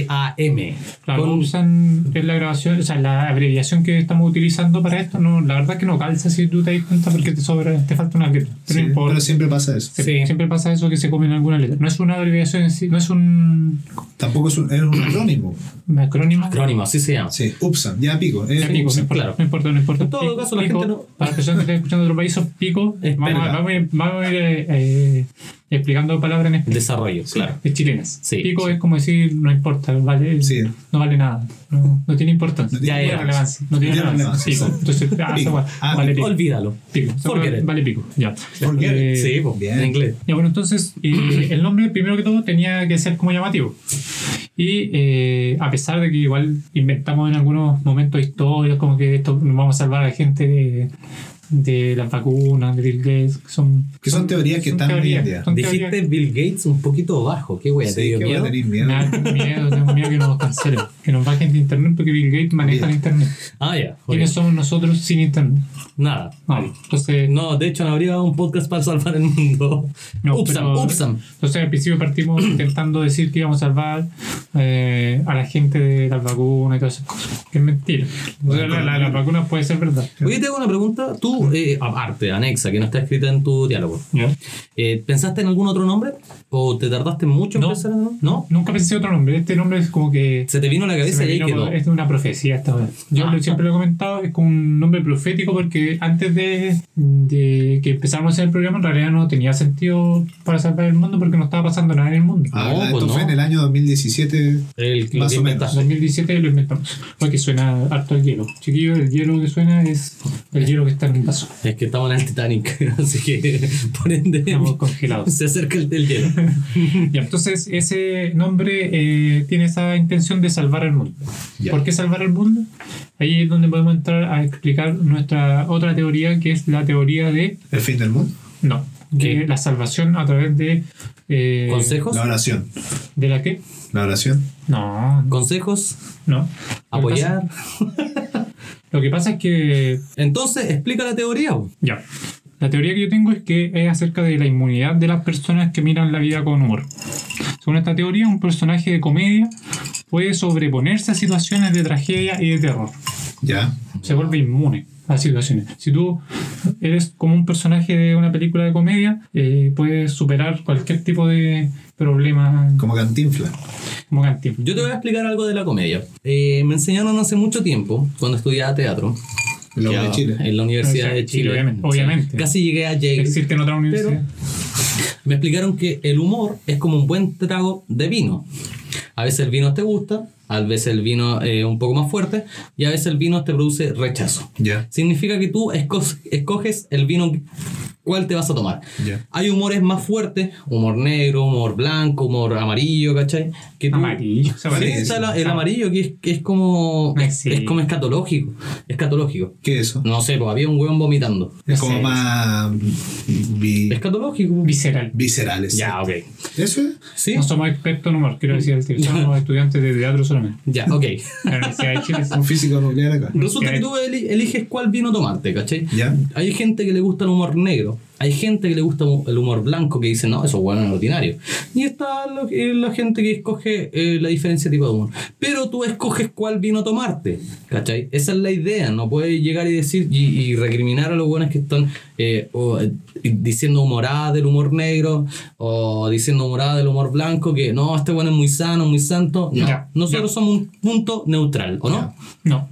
Speaker 2: U-P-S-A-M.
Speaker 4: Claro,
Speaker 2: Con-
Speaker 4: usan es la grabación, o sea, la abreviación que estamos utilizando para esto, no, la verdad es que no calza si tú te das cuenta porque te sobra, te falta una letra. Pero
Speaker 3: Sí,
Speaker 4: no importa.
Speaker 3: pero siempre pasa eso.
Speaker 4: Sie-
Speaker 2: Sí.
Speaker 4: Siempre pasa eso que se comen alguna letra. No es una abreviación en sí, no es un
Speaker 3: Tampoco es un, es un acrónimo.
Speaker 4: acrónimo.
Speaker 2: Acrónimo, así se llama.
Speaker 3: Sí, UPSAM. Ya pico. es
Speaker 4: Ya, pico, no
Speaker 3: UPSAM.
Speaker 4: importa,
Speaker 2: claro.
Speaker 4: no importa, no importa.
Speaker 2: En todo
Speaker 4: Pico,
Speaker 2: caso, la
Speaker 4: pico.
Speaker 2: gente no-
Speaker 4: Para las personas que están escuchando de otros países, pico.
Speaker 2: Es
Speaker 4: vamos, a,
Speaker 3: verdad.
Speaker 4: vamos a ir, vamos a ir, eh, eh, explicando palabras en español.
Speaker 2: Desarrollo, claro.
Speaker 4: De chilenas.
Speaker 2: Sí,
Speaker 4: pico
Speaker 2: sí.
Speaker 4: es como decir, no importa, vale,
Speaker 3: Sí.
Speaker 4: no vale nada. No, no tiene importancia.
Speaker 3: No tiene
Speaker 4: no tiene
Speaker 3: relevancia.
Speaker 4: relevancia. No tiene
Speaker 3: No tiene
Speaker 4: relevancia. Pico.
Speaker 3: relevancia,
Speaker 4: Entonces, ah,
Speaker 3: Pico.
Speaker 4: esa guay,
Speaker 3: Ah,
Speaker 4: vale pico.
Speaker 2: Olvídalo.
Speaker 4: Pico. Esa
Speaker 2: Forget
Speaker 4: guay,
Speaker 2: it.
Speaker 4: Vale pico. Ya.
Speaker 3: Forget it.
Speaker 4: Eh,
Speaker 2: Sí, po,
Speaker 3: bien.
Speaker 2: en inglés.
Speaker 4: ya bueno, entonces eh, el nombre primero que todo tenía que ser como llamativo. Y eh, a pesar de que igual inventamos en algunos momentos historias como que esto vamos a salvar a la gente de, de las vacunas, de Bill Gates, que son,
Speaker 3: Que son teorías que están hoy en día.
Speaker 4: son teorías
Speaker 2: Dijiste Bill Gates un poquito bajo. Qué wea, Pues,
Speaker 3: Sí,
Speaker 2: te dio
Speaker 3: que va a
Speaker 2: miedo.
Speaker 3: tener
Speaker 4: que-
Speaker 3: miedo.
Speaker 4: Me da miedo, tengo miedo que nos cancelen, que nos bajen de internet porque Bill Gates maneja el
Speaker 3: Bien.
Speaker 4: internet.
Speaker 2: Ah, ya. ok.
Speaker 4: ¿Quiénes somos nosotros sin internet?
Speaker 2: Nada.
Speaker 4: No, entonces
Speaker 2: No, de hecho no habría un podcast para salvar el mundo.
Speaker 4: No,
Speaker 2: Upsam,
Speaker 4: pero-
Speaker 2: Upsam.
Speaker 4: Entonces al principio partimos intentando decir que íbamos a salvar eh, a la gente de las vacunas y todas esas cosas. Que es mentira. O sea, la- la- las vacunas puede ser verdad.
Speaker 2: Oye, te hago una pregunta. Tú, eh, aparte, anexa, que no está escrita en tu diálogo. Eh, ¿Pensaste en algún otro nombre? ¿O te tardaste mucho en
Speaker 4: No.
Speaker 2: pensar en uno? ¿No?
Speaker 4: Nunca pensé otro nombre. Este nombre es como que...
Speaker 2: Se te vino a la cabeza
Speaker 4: se me
Speaker 2: y ahí
Speaker 4: vino
Speaker 2: quedó.
Speaker 4: con- es de una profecía esta vez. Yo
Speaker 2: Ah.
Speaker 4: lo- siempre lo he comentado, es como un nombre profético porque antes de, de que empezáramos a hacer el programa en realidad no tenía sentido para salvar el mundo porque no estaba pasando nada en el mundo.
Speaker 2: No,
Speaker 3: Ah, ¿verdad?
Speaker 2: pues
Speaker 3: esto fue
Speaker 2: no.
Speaker 3: en el año 2017.
Speaker 2: El que
Speaker 3: Más
Speaker 2: que
Speaker 3: o menos.
Speaker 2: inventaste.
Speaker 4: 2017 lo inventamos. Porque suena harto el hielo. Chiquillo, el hielo que suena es el hielo que está en un vaso.
Speaker 2: Es que estamos en el Titanic, así que por ende
Speaker 4: Estamos congelados.
Speaker 2: se acerca el del hielo.
Speaker 4: Ya, entonces, ese nombre eh, tiene esa intención de salvar el mundo.
Speaker 3: Ya.
Speaker 4: ¿Por qué salvar el mundo? Ahí es donde podemos entrar a explicar nuestra otra teoría, que es la teoría de.
Speaker 3: El fin del mundo.
Speaker 4: No, de
Speaker 2: ¿Qué?
Speaker 4: la salvación a través de. eh,
Speaker 2: ¿Consejos?
Speaker 3: La oración.
Speaker 4: ¿De la qué?
Speaker 3: La oración.
Speaker 4: No,
Speaker 2: ¿Consejos?
Speaker 4: no.
Speaker 2: ¿Apoyar?
Speaker 4: Lo que pasa es que
Speaker 2: Entonces, explica la teoría. bo.
Speaker 4: Ya. La teoría que yo tengo es que es acerca de la inmunidad de las personas que miran la vida con humor. Según esta teoría, un personaje de comedia puede sobreponerse a situaciones de tragedia y de terror.
Speaker 3: Ya.
Speaker 4: Se vuelve inmune a situaciones. Si tú eres como un personaje de una película de comedia, eh, puedes superar cualquier tipo de problema
Speaker 3: Como cantinfla.
Speaker 4: como Cantinflas.
Speaker 2: Yo te voy a explicar algo de la comedia. Eh, me enseñaron hace mucho tiempo, cuando estudiaba teatro,
Speaker 3: La obra
Speaker 2: que
Speaker 3: de
Speaker 2: a-
Speaker 3: Chile.
Speaker 2: en la Universidad
Speaker 4: Universidad
Speaker 2: de Chile.
Speaker 4: obviamente, obviamente.
Speaker 2: Casi llegué a Yale.
Speaker 4: Existe en otra universidad.
Speaker 2: Me explicaron que el humor es como un buen trago de vino. A veces el vino te gusta, a veces el vino es un poco más fuerte y a veces el vino te produce rechazo.
Speaker 3: Ya.
Speaker 2: Significa que tú esco- escoges el vino cuál te vas a tomar.
Speaker 3: Ya.
Speaker 2: Hay humores más fuertes, humor negro, humor blanco, humor amarillo, ¿cachai? Que tú-
Speaker 4: Amarillo. se
Speaker 2: Sí,
Speaker 4: parece.
Speaker 2: está la- el amarillo que es, que es como
Speaker 4: Ay,
Speaker 2: es,
Speaker 4: sí.
Speaker 2: es como escatológico, escatológico.
Speaker 3: ¿Qué es eso?
Speaker 2: No sé, pues había un weón vomitando.
Speaker 3: Es como
Speaker 4: sé.
Speaker 3: más vi-
Speaker 2: Escatológico.
Speaker 4: Visceral.
Speaker 3: viscerales.
Speaker 2: Ya, ok.
Speaker 3: ¿Eso es?
Speaker 2: Sí.
Speaker 4: No somos expertos en humor, quiero decir, al tiro. somos estudiantes de teatro solamente.
Speaker 2: Ya, ok.
Speaker 4: En la Universidad de Chile.
Speaker 3: Un físico nuclear acá.
Speaker 2: Resulta
Speaker 4: Ok.
Speaker 2: que tú eli- eliges cuál vino tomarte, ¿cachai?
Speaker 3: Ya.
Speaker 2: Hay gente que le gusta el humor negro, hay gente que le gusta el humor blanco que dice, no, eso es bueno es ordinario. Y está lo- eh, la gente que escoge eh, la diferencia de tipo de humor. Pero tú escoges cuál vino a tomarte, ¿cachai? Esa es la idea, no puedes llegar y decir y, y recriminar a los buenos que están eh, o, eh, diciendo humorada del humor negro o diciendo humorada del humor blanco, que no, este bueno es muy sano, muy santo. No,
Speaker 4: Ya,
Speaker 2: nosotros
Speaker 4: ya.
Speaker 2: somos un punto neutral, ¿o no?
Speaker 4: No.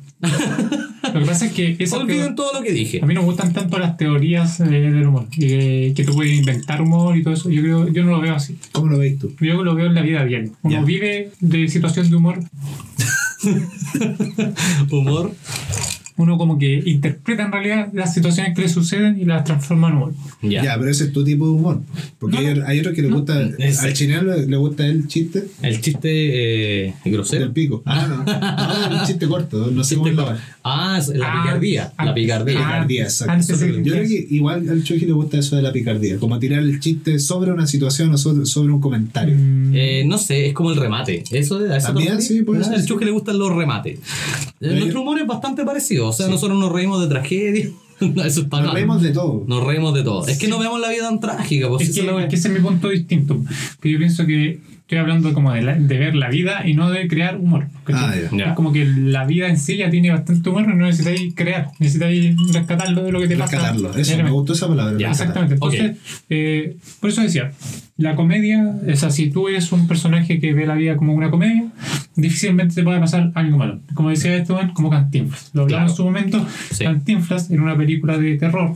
Speaker 4: Lo que pasa es que esas
Speaker 2: Olviden
Speaker 4: teo-
Speaker 2: todo lo que dije.
Speaker 4: a mí no me gustan tanto las teorías eh, del humor, eh, que tú puedes inventar humor y todo eso. Yo creo, yo no lo veo así.
Speaker 3: ¿Cómo lo veis tú?
Speaker 4: Yo lo veo en la vida diaria. Uno
Speaker 3: Ya.
Speaker 4: vive de situación de humor,
Speaker 2: Humor
Speaker 4: uno como que interpreta en realidad las situaciones que le suceden y las transforma en humor.
Speaker 2: Ya.
Speaker 3: Ya, pero ese es tu tipo de humor. Porque
Speaker 4: No,
Speaker 3: hay,
Speaker 4: no.
Speaker 3: hay otros que le
Speaker 4: No.
Speaker 3: gusta.
Speaker 2: Ese.
Speaker 3: Al chileno le, le gusta el chiste
Speaker 2: El chiste eh,
Speaker 3: del
Speaker 2: grosero.
Speaker 3: pico. Ah, no. No, el chiste corto. No sé cómo
Speaker 2: Chiste
Speaker 3: es la-
Speaker 2: co- ah, es la
Speaker 4: Ah,
Speaker 2: picardía.
Speaker 4: antes-
Speaker 2: la picardía.
Speaker 4: ah,
Speaker 3: Picardía, exacto.
Speaker 4: antes de-
Speaker 3: Yo creo que igual al Chucky le gusta eso de la picardía, como tirar el chiste sobre una situación o sobre, sobre un comentario.
Speaker 4: Mm,
Speaker 2: Eh, no sé, es como el remate. Eso, a eso
Speaker 3: También,
Speaker 2: te-
Speaker 3: sí, puede
Speaker 2: Ah,
Speaker 3: ser,
Speaker 2: Al
Speaker 3: sí.
Speaker 2: Chucky le gustan los remates. Eh,
Speaker 3: Pero
Speaker 2: Nuestro
Speaker 3: yo-
Speaker 2: humor es bastante parecido. O sea, nosotros nos reímos de tragedia. No, eso está
Speaker 3: Nos
Speaker 2: mal.
Speaker 3: reímos de todo.
Speaker 2: Nos reímos de todo. Es que no vemos la vida tan trágica. Pues,
Speaker 4: es
Speaker 2: eso
Speaker 4: que,
Speaker 2: no es-
Speaker 4: es que ese es mi punto distinto. Que yo pienso que estoy hablando como de, la- de ver la vida y no de crear humor.
Speaker 3: Ah, ya.
Speaker 2: Ya.
Speaker 4: Es como que la vida en sí ya tiene bastante humor, no necesitáis crear, necesitáis rescatarlo de lo que te pasa.
Speaker 3: Rescatarlo. Eso, me gustó esa palabra.
Speaker 2: Ya,
Speaker 3: rescatar.
Speaker 4: Exactamente. Entonces, eh, por eso decía, la comedia, o sea, si tú eres un personaje que ve la vida como una comedia, difícilmente te puede pasar algo malo. Como decía este man, como Cantinflas. Lo
Speaker 2: Claro.
Speaker 4: hablamos en su momento,
Speaker 2: Sí.
Speaker 4: Cantinflas en una película de terror.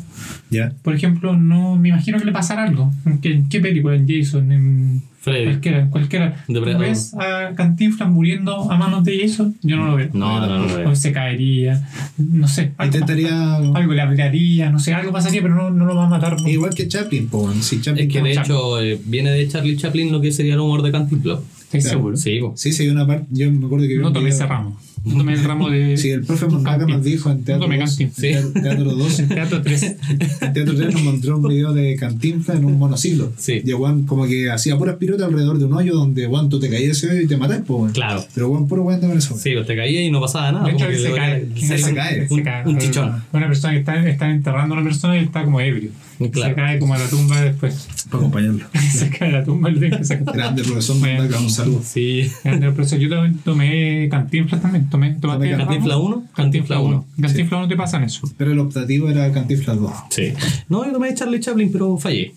Speaker 3: Ya.
Speaker 4: Por ejemplo, no me imagino que le pasara algo. ¿En qué, en qué película? ¿En Jason? ¿En
Speaker 2: Freddy.
Speaker 4: cualquiera? en cualquiera.
Speaker 2: Depredador.
Speaker 4: ¿Ves a Cantinflas muriendo a manos de Jason? Yo no lo veo.
Speaker 2: No, no, no, no, no.
Speaker 4: O se caería, no sé. algo-
Speaker 3: Intentaría.
Speaker 4: algo le hablaría, no sé, algo pasaría, pero no, no lo va a matar. nunca.
Speaker 3: Igual que Chaplin, po, weón. Si Chaplin.
Speaker 2: Es que
Speaker 4: como
Speaker 2: de
Speaker 4: Chaplin.
Speaker 2: hecho eh, viene de Charlie Chaplin lo que sería el humor de Cantinflas.
Speaker 4: ¿Estás seguro?
Speaker 2: Sí, pues. po.
Speaker 3: Sí, sí, hay una parte. Yo me acuerdo que. vi
Speaker 4: No
Speaker 3: un
Speaker 4: tomé
Speaker 3: video-
Speaker 4: ese ramo. No tomé el ramo de.
Speaker 3: Sí, el profe Mondaca nos dijo en Teatro
Speaker 4: No tomé
Speaker 3: 2.
Speaker 4: Cantinflas.
Speaker 2: Sí.
Speaker 3: Teatro 2.
Speaker 4: En Teatro 3.
Speaker 3: En Teatro 3 nos mostró un video de Cantinflas en un monociclo.
Speaker 2: Sí.
Speaker 3: Y el weón como que hacía puras piruetas alrededor de un hoyo donde, Juan, tú te caías ese hoyo y te matás, po, weón.
Speaker 2: Claro.
Speaker 3: Pero, Juan, puro weón de Venezuela.
Speaker 2: Sí, pues, te caía y no pasaba
Speaker 3: Ah,
Speaker 2: nada.
Speaker 4: De hecho,
Speaker 2: como que
Speaker 4: él se
Speaker 2: le-
Speaker 4: cae.
Speaker 3: se- se cae. Ah.
Speaker 2: un- un chichón.
Speaker 4: Una persona que está, está enterrando a una persona y está como ebrio.
Speaker 2: Claro.
Speaker 4: Se cae como a la tumba después.
Speaker 3: Para acompañarlo.
Speaker 4: se cae a la tumba y lo tienen que sacar.
Speaker 3: Grande profesor Mondaca, un saludo.
Speaker 2: Sí.
Speaker 4: Grande profesor, yo también tomé Cantinflas también. Tomé, tomaste el ramo.
Speaker 2: Cantinflas 1,
Speaker 4: Cantinflas
Speaker 2: Cantinflas
Speaker 4: 1.
Speaker 2: 1.
Speaker 4: Cantinflas 1 te pasan eso.
Speaker 3: Pero el optativo era Cantinflas 2.
Speaker 2: Sí. No, yo tomé Charlie Chaplin, pero fallé.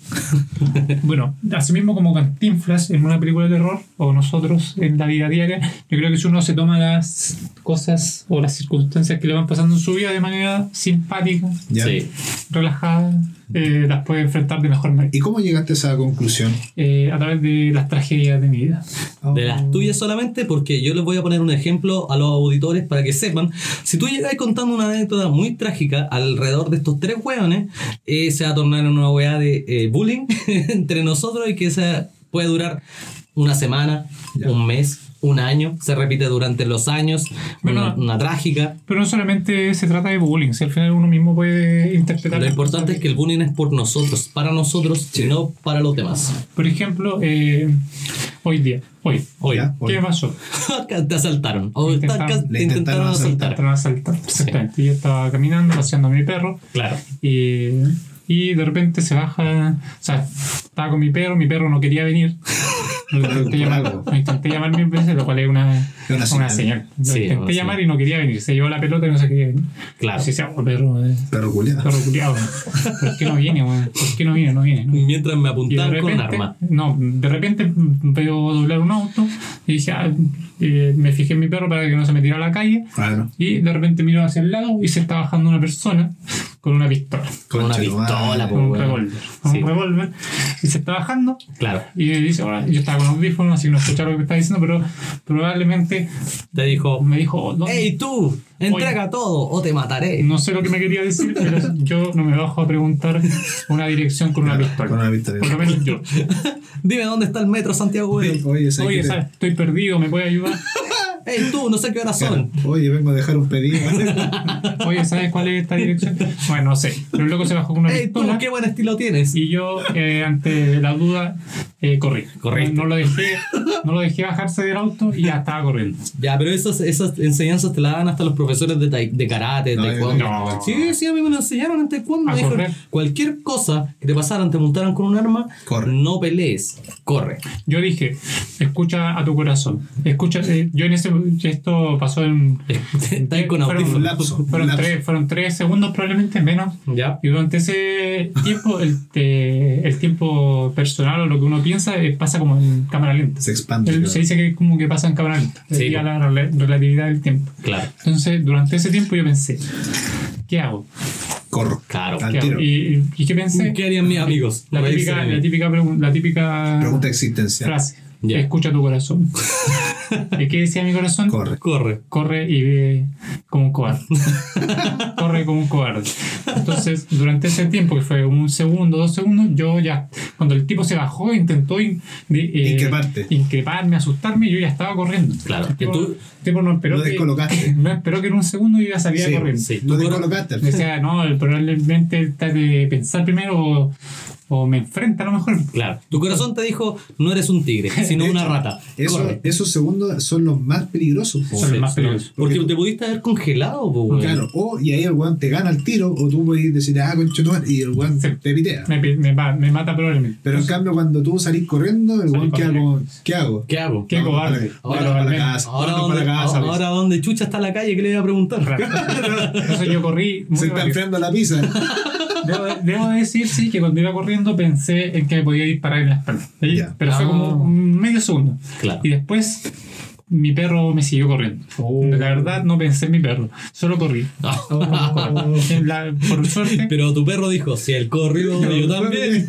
Speaker 4: Bueno, así mismo como Cantinflas en una película de terror, o nosotros en la vida diaria, yo creo que si uno se toma las cosas o las circunstancias que le van pasando en su vida de manera simpática,
Speaker 3: ¿ya?
Speaker 2: Sí.
Speaker 4: relajada, eh, las puede enfrentar de mejor manera.
Speaker 3: ¿Y cómo llegaste a esa conclusión?
Speaker 4: Eh, a través de las tragedias de mi vida.
Speaker 2: De
Speaker 3: Oh,
Speaker 2: las tuyas solamente, porque yo les voy a poner un ejemplo a los auditores para que sepan. Si tú llegas contando una anécdota muy trágica alrededor de estos tres hueones, eh, se va a tornar en una hueá de eh, bullying entre nosotros y que esa puede durar una semana,
Speaker 3: Ya.
Speaker 2: un mes, un año, se repite durante los años,
Speaker 4: Bueno.
Speaker 2: una, una trágica.
Speaker 4: Pero no solamente se trata de bullying, si al final uno mismo puede interpretar.
Speaker 2: Lo importante es que el bullying es por nosotros, para nosotros, y no para los demás.
Speaker 4: Por ejemplo, eh, hoy día, hoy,
Speaker 2: Hoy.
Speaker 3: Ya. Hoy.
Speaker 4: ¿qué pasó?
Speaker 2: te asaltaron. O
Speaker 4: Le
Speaker 2: te
Speaker 4: intentaron-
Speaker 2: alcan-
Speaker 3: le
Speaker 2: te intentaron
Speaker 3: intentaron asaltar.
Speaker 2: asaltar.
Speaker 4: Trataron de asaltar. Exactamente. Yo estaba caminando, paseando a mi perro.
Speaker 2: Claro.
Speaker 4: Y, y de repente se baja. O sea, estaba con mi perro, mi perro no quería venir. Lo
Speaker 3: Por algo,
Speaker 4: intenté,
Speaker 3: por
Speaker 4: llamar,
Speaker 3: algo.
Speaker 4: lo intenté llamar mil veces, lo cual es una,
Speaker 3: una señal.
Speaker 4: Lo
Speaker 2: Sí,
Speaker 4: intenté
Speaker 2: una
Speaker 4: llamar
Speaker 2: señal.
Speaker 4: y no quería venir. Se llevó la pelota y no se quería venir.
Speaker 2: Claro.
Speaker 4: Así se llama perro, eh,
Speaker 3: Perro culiado.
Speaker 4: perro culiao. ¿Por qué no viene, weón? ¿Por qué no viene? No viene. No viene.
Speaker 2: Mientras me
Speaker 4: Y de
Speaker 2: apuntaban
Speaker 4: repente,
Speaker 2: con un arma.
Speaker 4: No, de repente veo doblar un auto y dije, ah, eh, me fijé en mi perro para que no se me tirara a la calle.
Speaker 3: Claro.
Speaker 4: Y de repente miro hacia el lado y se está bajando una persona con una pistola,
Speaker 2: Con una
Speaker 3: Concha tu madre.
Speaker 2: pistola, po,
Speaker 4: con un
Speaker 2: weón.
Speaker 4: revólver. Con
Speaker 2: Sí.
Speaker 4: un revólver. y se está bajando.
Speaker 2: Claro.
Speaker 4: Y me dice, "Hola". yo estaba con audífonos, así que no escuchaba lo que estaba diciendo, pero probablemente
Speaker 2: Te dijo,
Speaker 4: me dijo, "¿Dónde
Speaker 2: hey tú, entrega todo o te mataré.
Speaker 4: No sé lo que me quería decir, pero yo no me bajo a preguntar una dirección con una
Speaker 3: Con
Speaker 4: pistola.
Speaker 3: una pistola.
Speaker 4: Por lo menos yo.
Speaker 2: Dime dónde está el metro Santiago Oye.
Speaker 3: Oye, ¿sabes
Speaker 4: Oye,
Speaker 3: qué te-
Speaker 4: ¿sabes? estoy perdido, ¿me puede ayudar?
Speaker 2: Hey tú, no sé qué horas son.
Speaker 3: Oye, vengo a dejar un pedido.
Speaker 4: Oye, ¿sabes cuál es esta dirección? Bueno, no sé. Pero el loco se bajó con una
Speaker 2: Hey Eh, tú,
Speaker 4: pistola
Speaker 2: qué buen estilo tienes.
Speaker 4: y yo, eh, ante la duda, eh, corrí.
Speaker 2: Corriste.
Speaker 4: No, no lo dejé, no lo dejé bajarse del auto y ya estaba corriendo.
Speaker 2: Ya, pero esas, esas enseñanzas te las dan hasta los profesores de, tai- de karate, de
Speaker 3: No, yo
Speaker 2: taekwondo.
Speaker 4: creo
Speaker 2: Sí,
Speaker 4: que-
Speaker 2: sí, a mí me lo enseñaron en taekwondo.
Speaker 4: A
Speaker 2: Me dijeron,
Speaker 4: correr.
Speaker 2: cualquier cosa que te pasaran, te montaran con un arma,
Speaker 3: Corre.
Speaker 2: no pelees, corre.
Speaker 4: Yo dije, escucha a tu corazón. Escucha, eh, yo en ese, esto pasó en...
Speaker 2: Estás con
Speaker 4: fueron-
Speaker 3: un
Speaker 2: audífonos.
Speaker 3: lapso, un
Speaker 4: Fueron
Speaker 3: lapso.
Speaker 4: tres, fueron tres segundos probablemente menos
Speaker 2: Ya.
Speaker 4: Y durante ese tiempo, el, te- el tiempo personal o lo que uno piensa eh, pasa como en cámara lenta.
Speaker 3: Se expande.
Speaker 4: Él-
Speaker 3: claro.
Speaker 4: se dice que es como que pasa en cámara lenta,
Speaker 2: Sí,
Speaker 4: debido a
Speaker 2: po.
Speaker 4: la rela- relatividad del tiempo.
Speaker 2: Claro.
Speaker 4: Entonces, durante ese tiempo yo pensé, ¿qué hago?
Speaker 3: Corro.
Speaker 2: Claro.
Speaker 3: Al
Speaker 4: ¿Qué hago?
Speaker 3: tiro.
Speaker 4: ¿Y, y qué pensé?
Speaker 2: ¿Qué harían mis amigos?
Speaker 4: La
Speaker 2: Reírse
Speaker 4: típica,
Speaker 2: de mí.
Speaker 4: la típica, pregun- la típica
Speaker 3: Pregunta existencial.
Speaker 4: frase,
Speaker 2: Ya.
Speaker 4: escucha tu corazón. ¿Y qué decía mi corazón?
Speaker 3: Corre.
Speaker 2: Corre.
Speaker 4: corre y ve como un cobarde. corre como un cobarde. Entonces, durante ese tiempo, que fue un segundo, dos segundos, yo ya, cuando el tipo se bajó, intentó in- de, eh,
Speaker 3: Increparte.
Speaker 4: increparme, asustarme, yo ya estaba corriendo.
Speaker 2: Claro.
Speaker 4: El tipo,
Speaker 2: Que tú-
Speaker 4: el tipo no esperó
Speaker 3: Lo
Speaker 4: que-
Speaker 3: descolocaste.
Speaker 4: no esperó que en un segundo yo ya salía
Speaker 3: Sí,
Speaker 4: corriendo.
Speaker 2: Sí.
Speaker 3: Lo descolocaste. al
Speaker 4: Me
Speaker 3: final.
Speaker 4: Decía, no, probablemente está de pensar primero o, o me enfrenta a lo mejor.
Speaker 2: Claro. Tu corazón te dijo, no eres un tigre, sino
Speaker 3: De
Speaker 2: una
Speaker 3: hecho,
Speaker 2: rata.
Speaker 3: Eso,
Speaker 2: Corre.
Speaker 3: esos segundos son los más peligrosos. po.
Speaker 4: Son los más peligrosos.
Speaker 2: Porque te pudiste haber congelado, po, weón.
Speaker 3: Claro, o y ahí el weón te gana el tiro, o tú puedes decir, ah, concho, tu madre", y el weón
Speaker 4: Sí.
Speaker 3: te pitea.
Speaker 4: Me, pi- me va- me mata probablemente.
Speaker 3: Pero en cambio, cuando tú salís corriendo, el
Speaker 4: Salí
Speaker 3: weón queda
Speaker 4: corriendo.
Speaker 3: como, ¿qué hago?
Speaker 2: ¿Qué hago?
Speaker 4: Qué
Speaker 3: Vamos para
Speaker 4: cobarde.
Speaker 3: la-
Speaker 2: Ahora
Speaker 3: vamos para
Speaker 4: para
Speaker 3: la
Speaker 4: la-
Speaker 3: casa,
Speaker 2: Ahora,
Speaker 3: vamos para
Speaker 2: donde,
Speaker 3: la casa. pues.
Speaker 2: ahora donde Chucha está la calle, ¿qué le voy a preguntar?
Speaker 4: Entonces yo corrí. muy
Speaker 3: pues. Se está
Speaker 4: rápido.
Speaker 3: enfriando la pizza.
Speaker 4: Debo, debo decir, sí, que cuando iba corriendo pensé en que me podía disparar en la espalda. ¿sí?
Speaker 3: Ya.
Speaker 4: Pero fue
Speaker 2: Ah.
Speaker 4: como un medio segundo.
Speaker 2: Claro.
Speaker 4: Y después mi perro me siguió corriendo.
Speaker 3: Oh.
Speaker 4: La verdad, no pensé en mi perro. Solo corrí. La- por suerte.
Speaker 2: Ah. Pero tu perro dijo, si él corrió, yo también.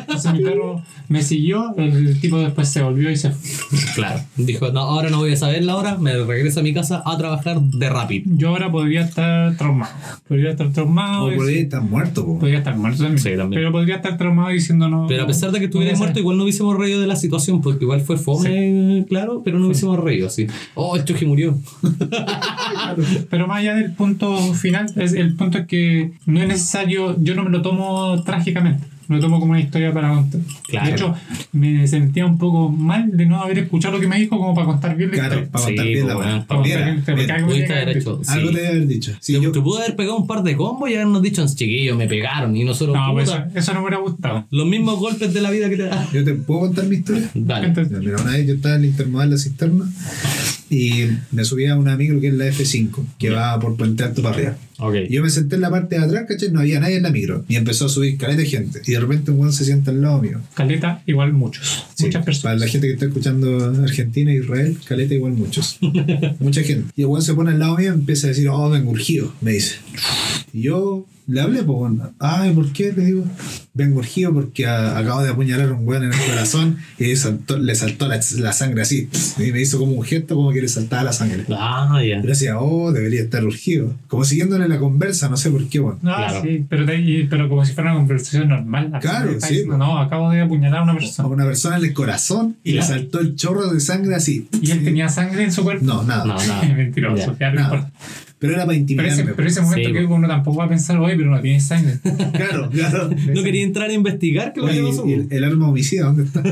Speaker 4: Entonces mi perro me siguió. El tipo después se volvió y se fue.
Speaker 2: Claro. Dijo, no, ahora no voy a saber la hora, me regreso a mi casa a trabajar de rápido.
Speaker 4: Yo ahora podría estar traumado. Podría estar traumado.
Speaker 3: O
Speaker 4: y-
Speaker 3: por ahí estás pues, muerto, po.
Speaker 4: podría estar muerto también.
Speaker 2: Sí, también.
Speaker 4: Pero podría estar traumado diciendo no.
Speaker 2: Pero a pesar de que
Speaker 4: no voy a
Speaker 2: estuvieras
Speaker 4: saber.
Speaker 2: muerto, igual no hubiésemos reído de la situación, porque igual fue fome, claro, pero no hubiésemos reído así. Oh, el Chuji murió.
Speaker 4: Pero más allá del punto final, es el punto es que no es necesario, yo no me lo tomo trágicamente, me lo tomo como una historia para contar.
Speaker 2: Claro.
Speaker 4: De hecho, me sentía un poco mal de no haber escuchado lo que me dijo como para contar bien la
Speaker 3: Claro,
Speaker 4: historia.
Speaker 3: para
Speaker 2: Sí,
Speaker 3: contar bien la
Speaker 2: po,
Speaker 3: weá.
Speaker 2: weón, para
Speaker 4: contar bien, pero
Speaker 3: Bien,
Speaker 4: que algo
Speaker 2: Pudiste
Speaker 4: llega
Speaker 2: haber
Speaker 4: de-
Speaker 2: hecho.
Speaker 3: Algo
Speaker 2: sí.
Speaker 3: te debe haber dicho. Sí,
Speaker 2: te,
Speaker 3: yo-
Speaker 2: te pudo haber pegado un par de combos y habernos dicho, chiquillos, me pegaron y nosotros,
Speaker 4: No, pues eso,
Speaker 2: puta,
Speaker 4: eso no me hubiera gustado.
Speaker 2: los mismos golpes de la vida que te da.
Speaker 3: yo te puedo contar mi historia.
Speaker 2: Dale.
Speaker 4: Entonces,
Speaker 3: Ya, Mira, una vez yo estaba en la intermodal La Cisterna y me subí a una micro que es la F5, que va por Puente Alto para arriba.
Speaker 2: Ok.
Speaker 3: Y yo me senté en la parte de atrás, ¿cachai? No había nadie en la micro. Y empezó a subir caleta de gente. Y de repente un weón se sienta al lado mío.
Speaker 4: Caleta, igual muchos,
Speaker 3: Sí,
Speaker 4: muchas
Speaker 3: Para
Speaker 4: personas.
Speaker 3: la gente que está escuchando Argentina, Israel, caleta igual muchos. Mucha gente. Y el weón se pone al lado mío y empieza a decir, oh, vengo urgido, me dice. Y yo le hablé, pues, weón. Ay, ¿por qué? Le digo, vengo urgido porque a- acabo de apuñalar a un weón en el corazón y le saltó, le saltó la, la sangre así. Y me hizo como un gesto como que le saltaba la sangre.
Speaker 2: Ah, ya.
Speaker 3: Y yo decía, oh, debería estar urgido. Como siguiéndole la conversa, no sé por qué, weón.
Speaker 4: No,
Speaker 2: Claro.
Speaker 4: sí, pero, de- y- pero como si fuera una conversación normal. la
Speaker 3: Claro,
Speaker 4: persona está
Speaker 3: sí,
Speaker 4: diciendo,
Speaker 3: pues.
Speaker 4: No, acabo de apuñalar a una
Speaker 3: A
Speaker 4: persona.
Speaker 3: una persona en el corazón y le
Speaker 4: Claro.
Speaker 3: saltó el chorro de sangre así.
Speaker 4: Y él tenía sangre en su cuerpo.
Speaker 3: No, nada.
Speaker 2: No, nada.
Speaker 4: Mentiroso, ya no
Speaker 3: Nada.
Speaker 4: importa.
Speaker 3: Pero era para
Speaker 4: Pero ese,
Speaker 3: intimidarme.
Speaker 4: pero ese
Speaker 2: Sí,
Speaker 4: momento que
Speaker 3: pues.
Speaker 4: uno tampoco va a pensar, oye, pero no tiene sangre.
Speaker 3: po. Claro, claro.
Speaker 2: No quería entrar a investigar qué es lo que
Speaker 3: Oye,
Speaker 2: pasó.
Speaker 3: ¿y el, el arma homicida, ¿dónde está?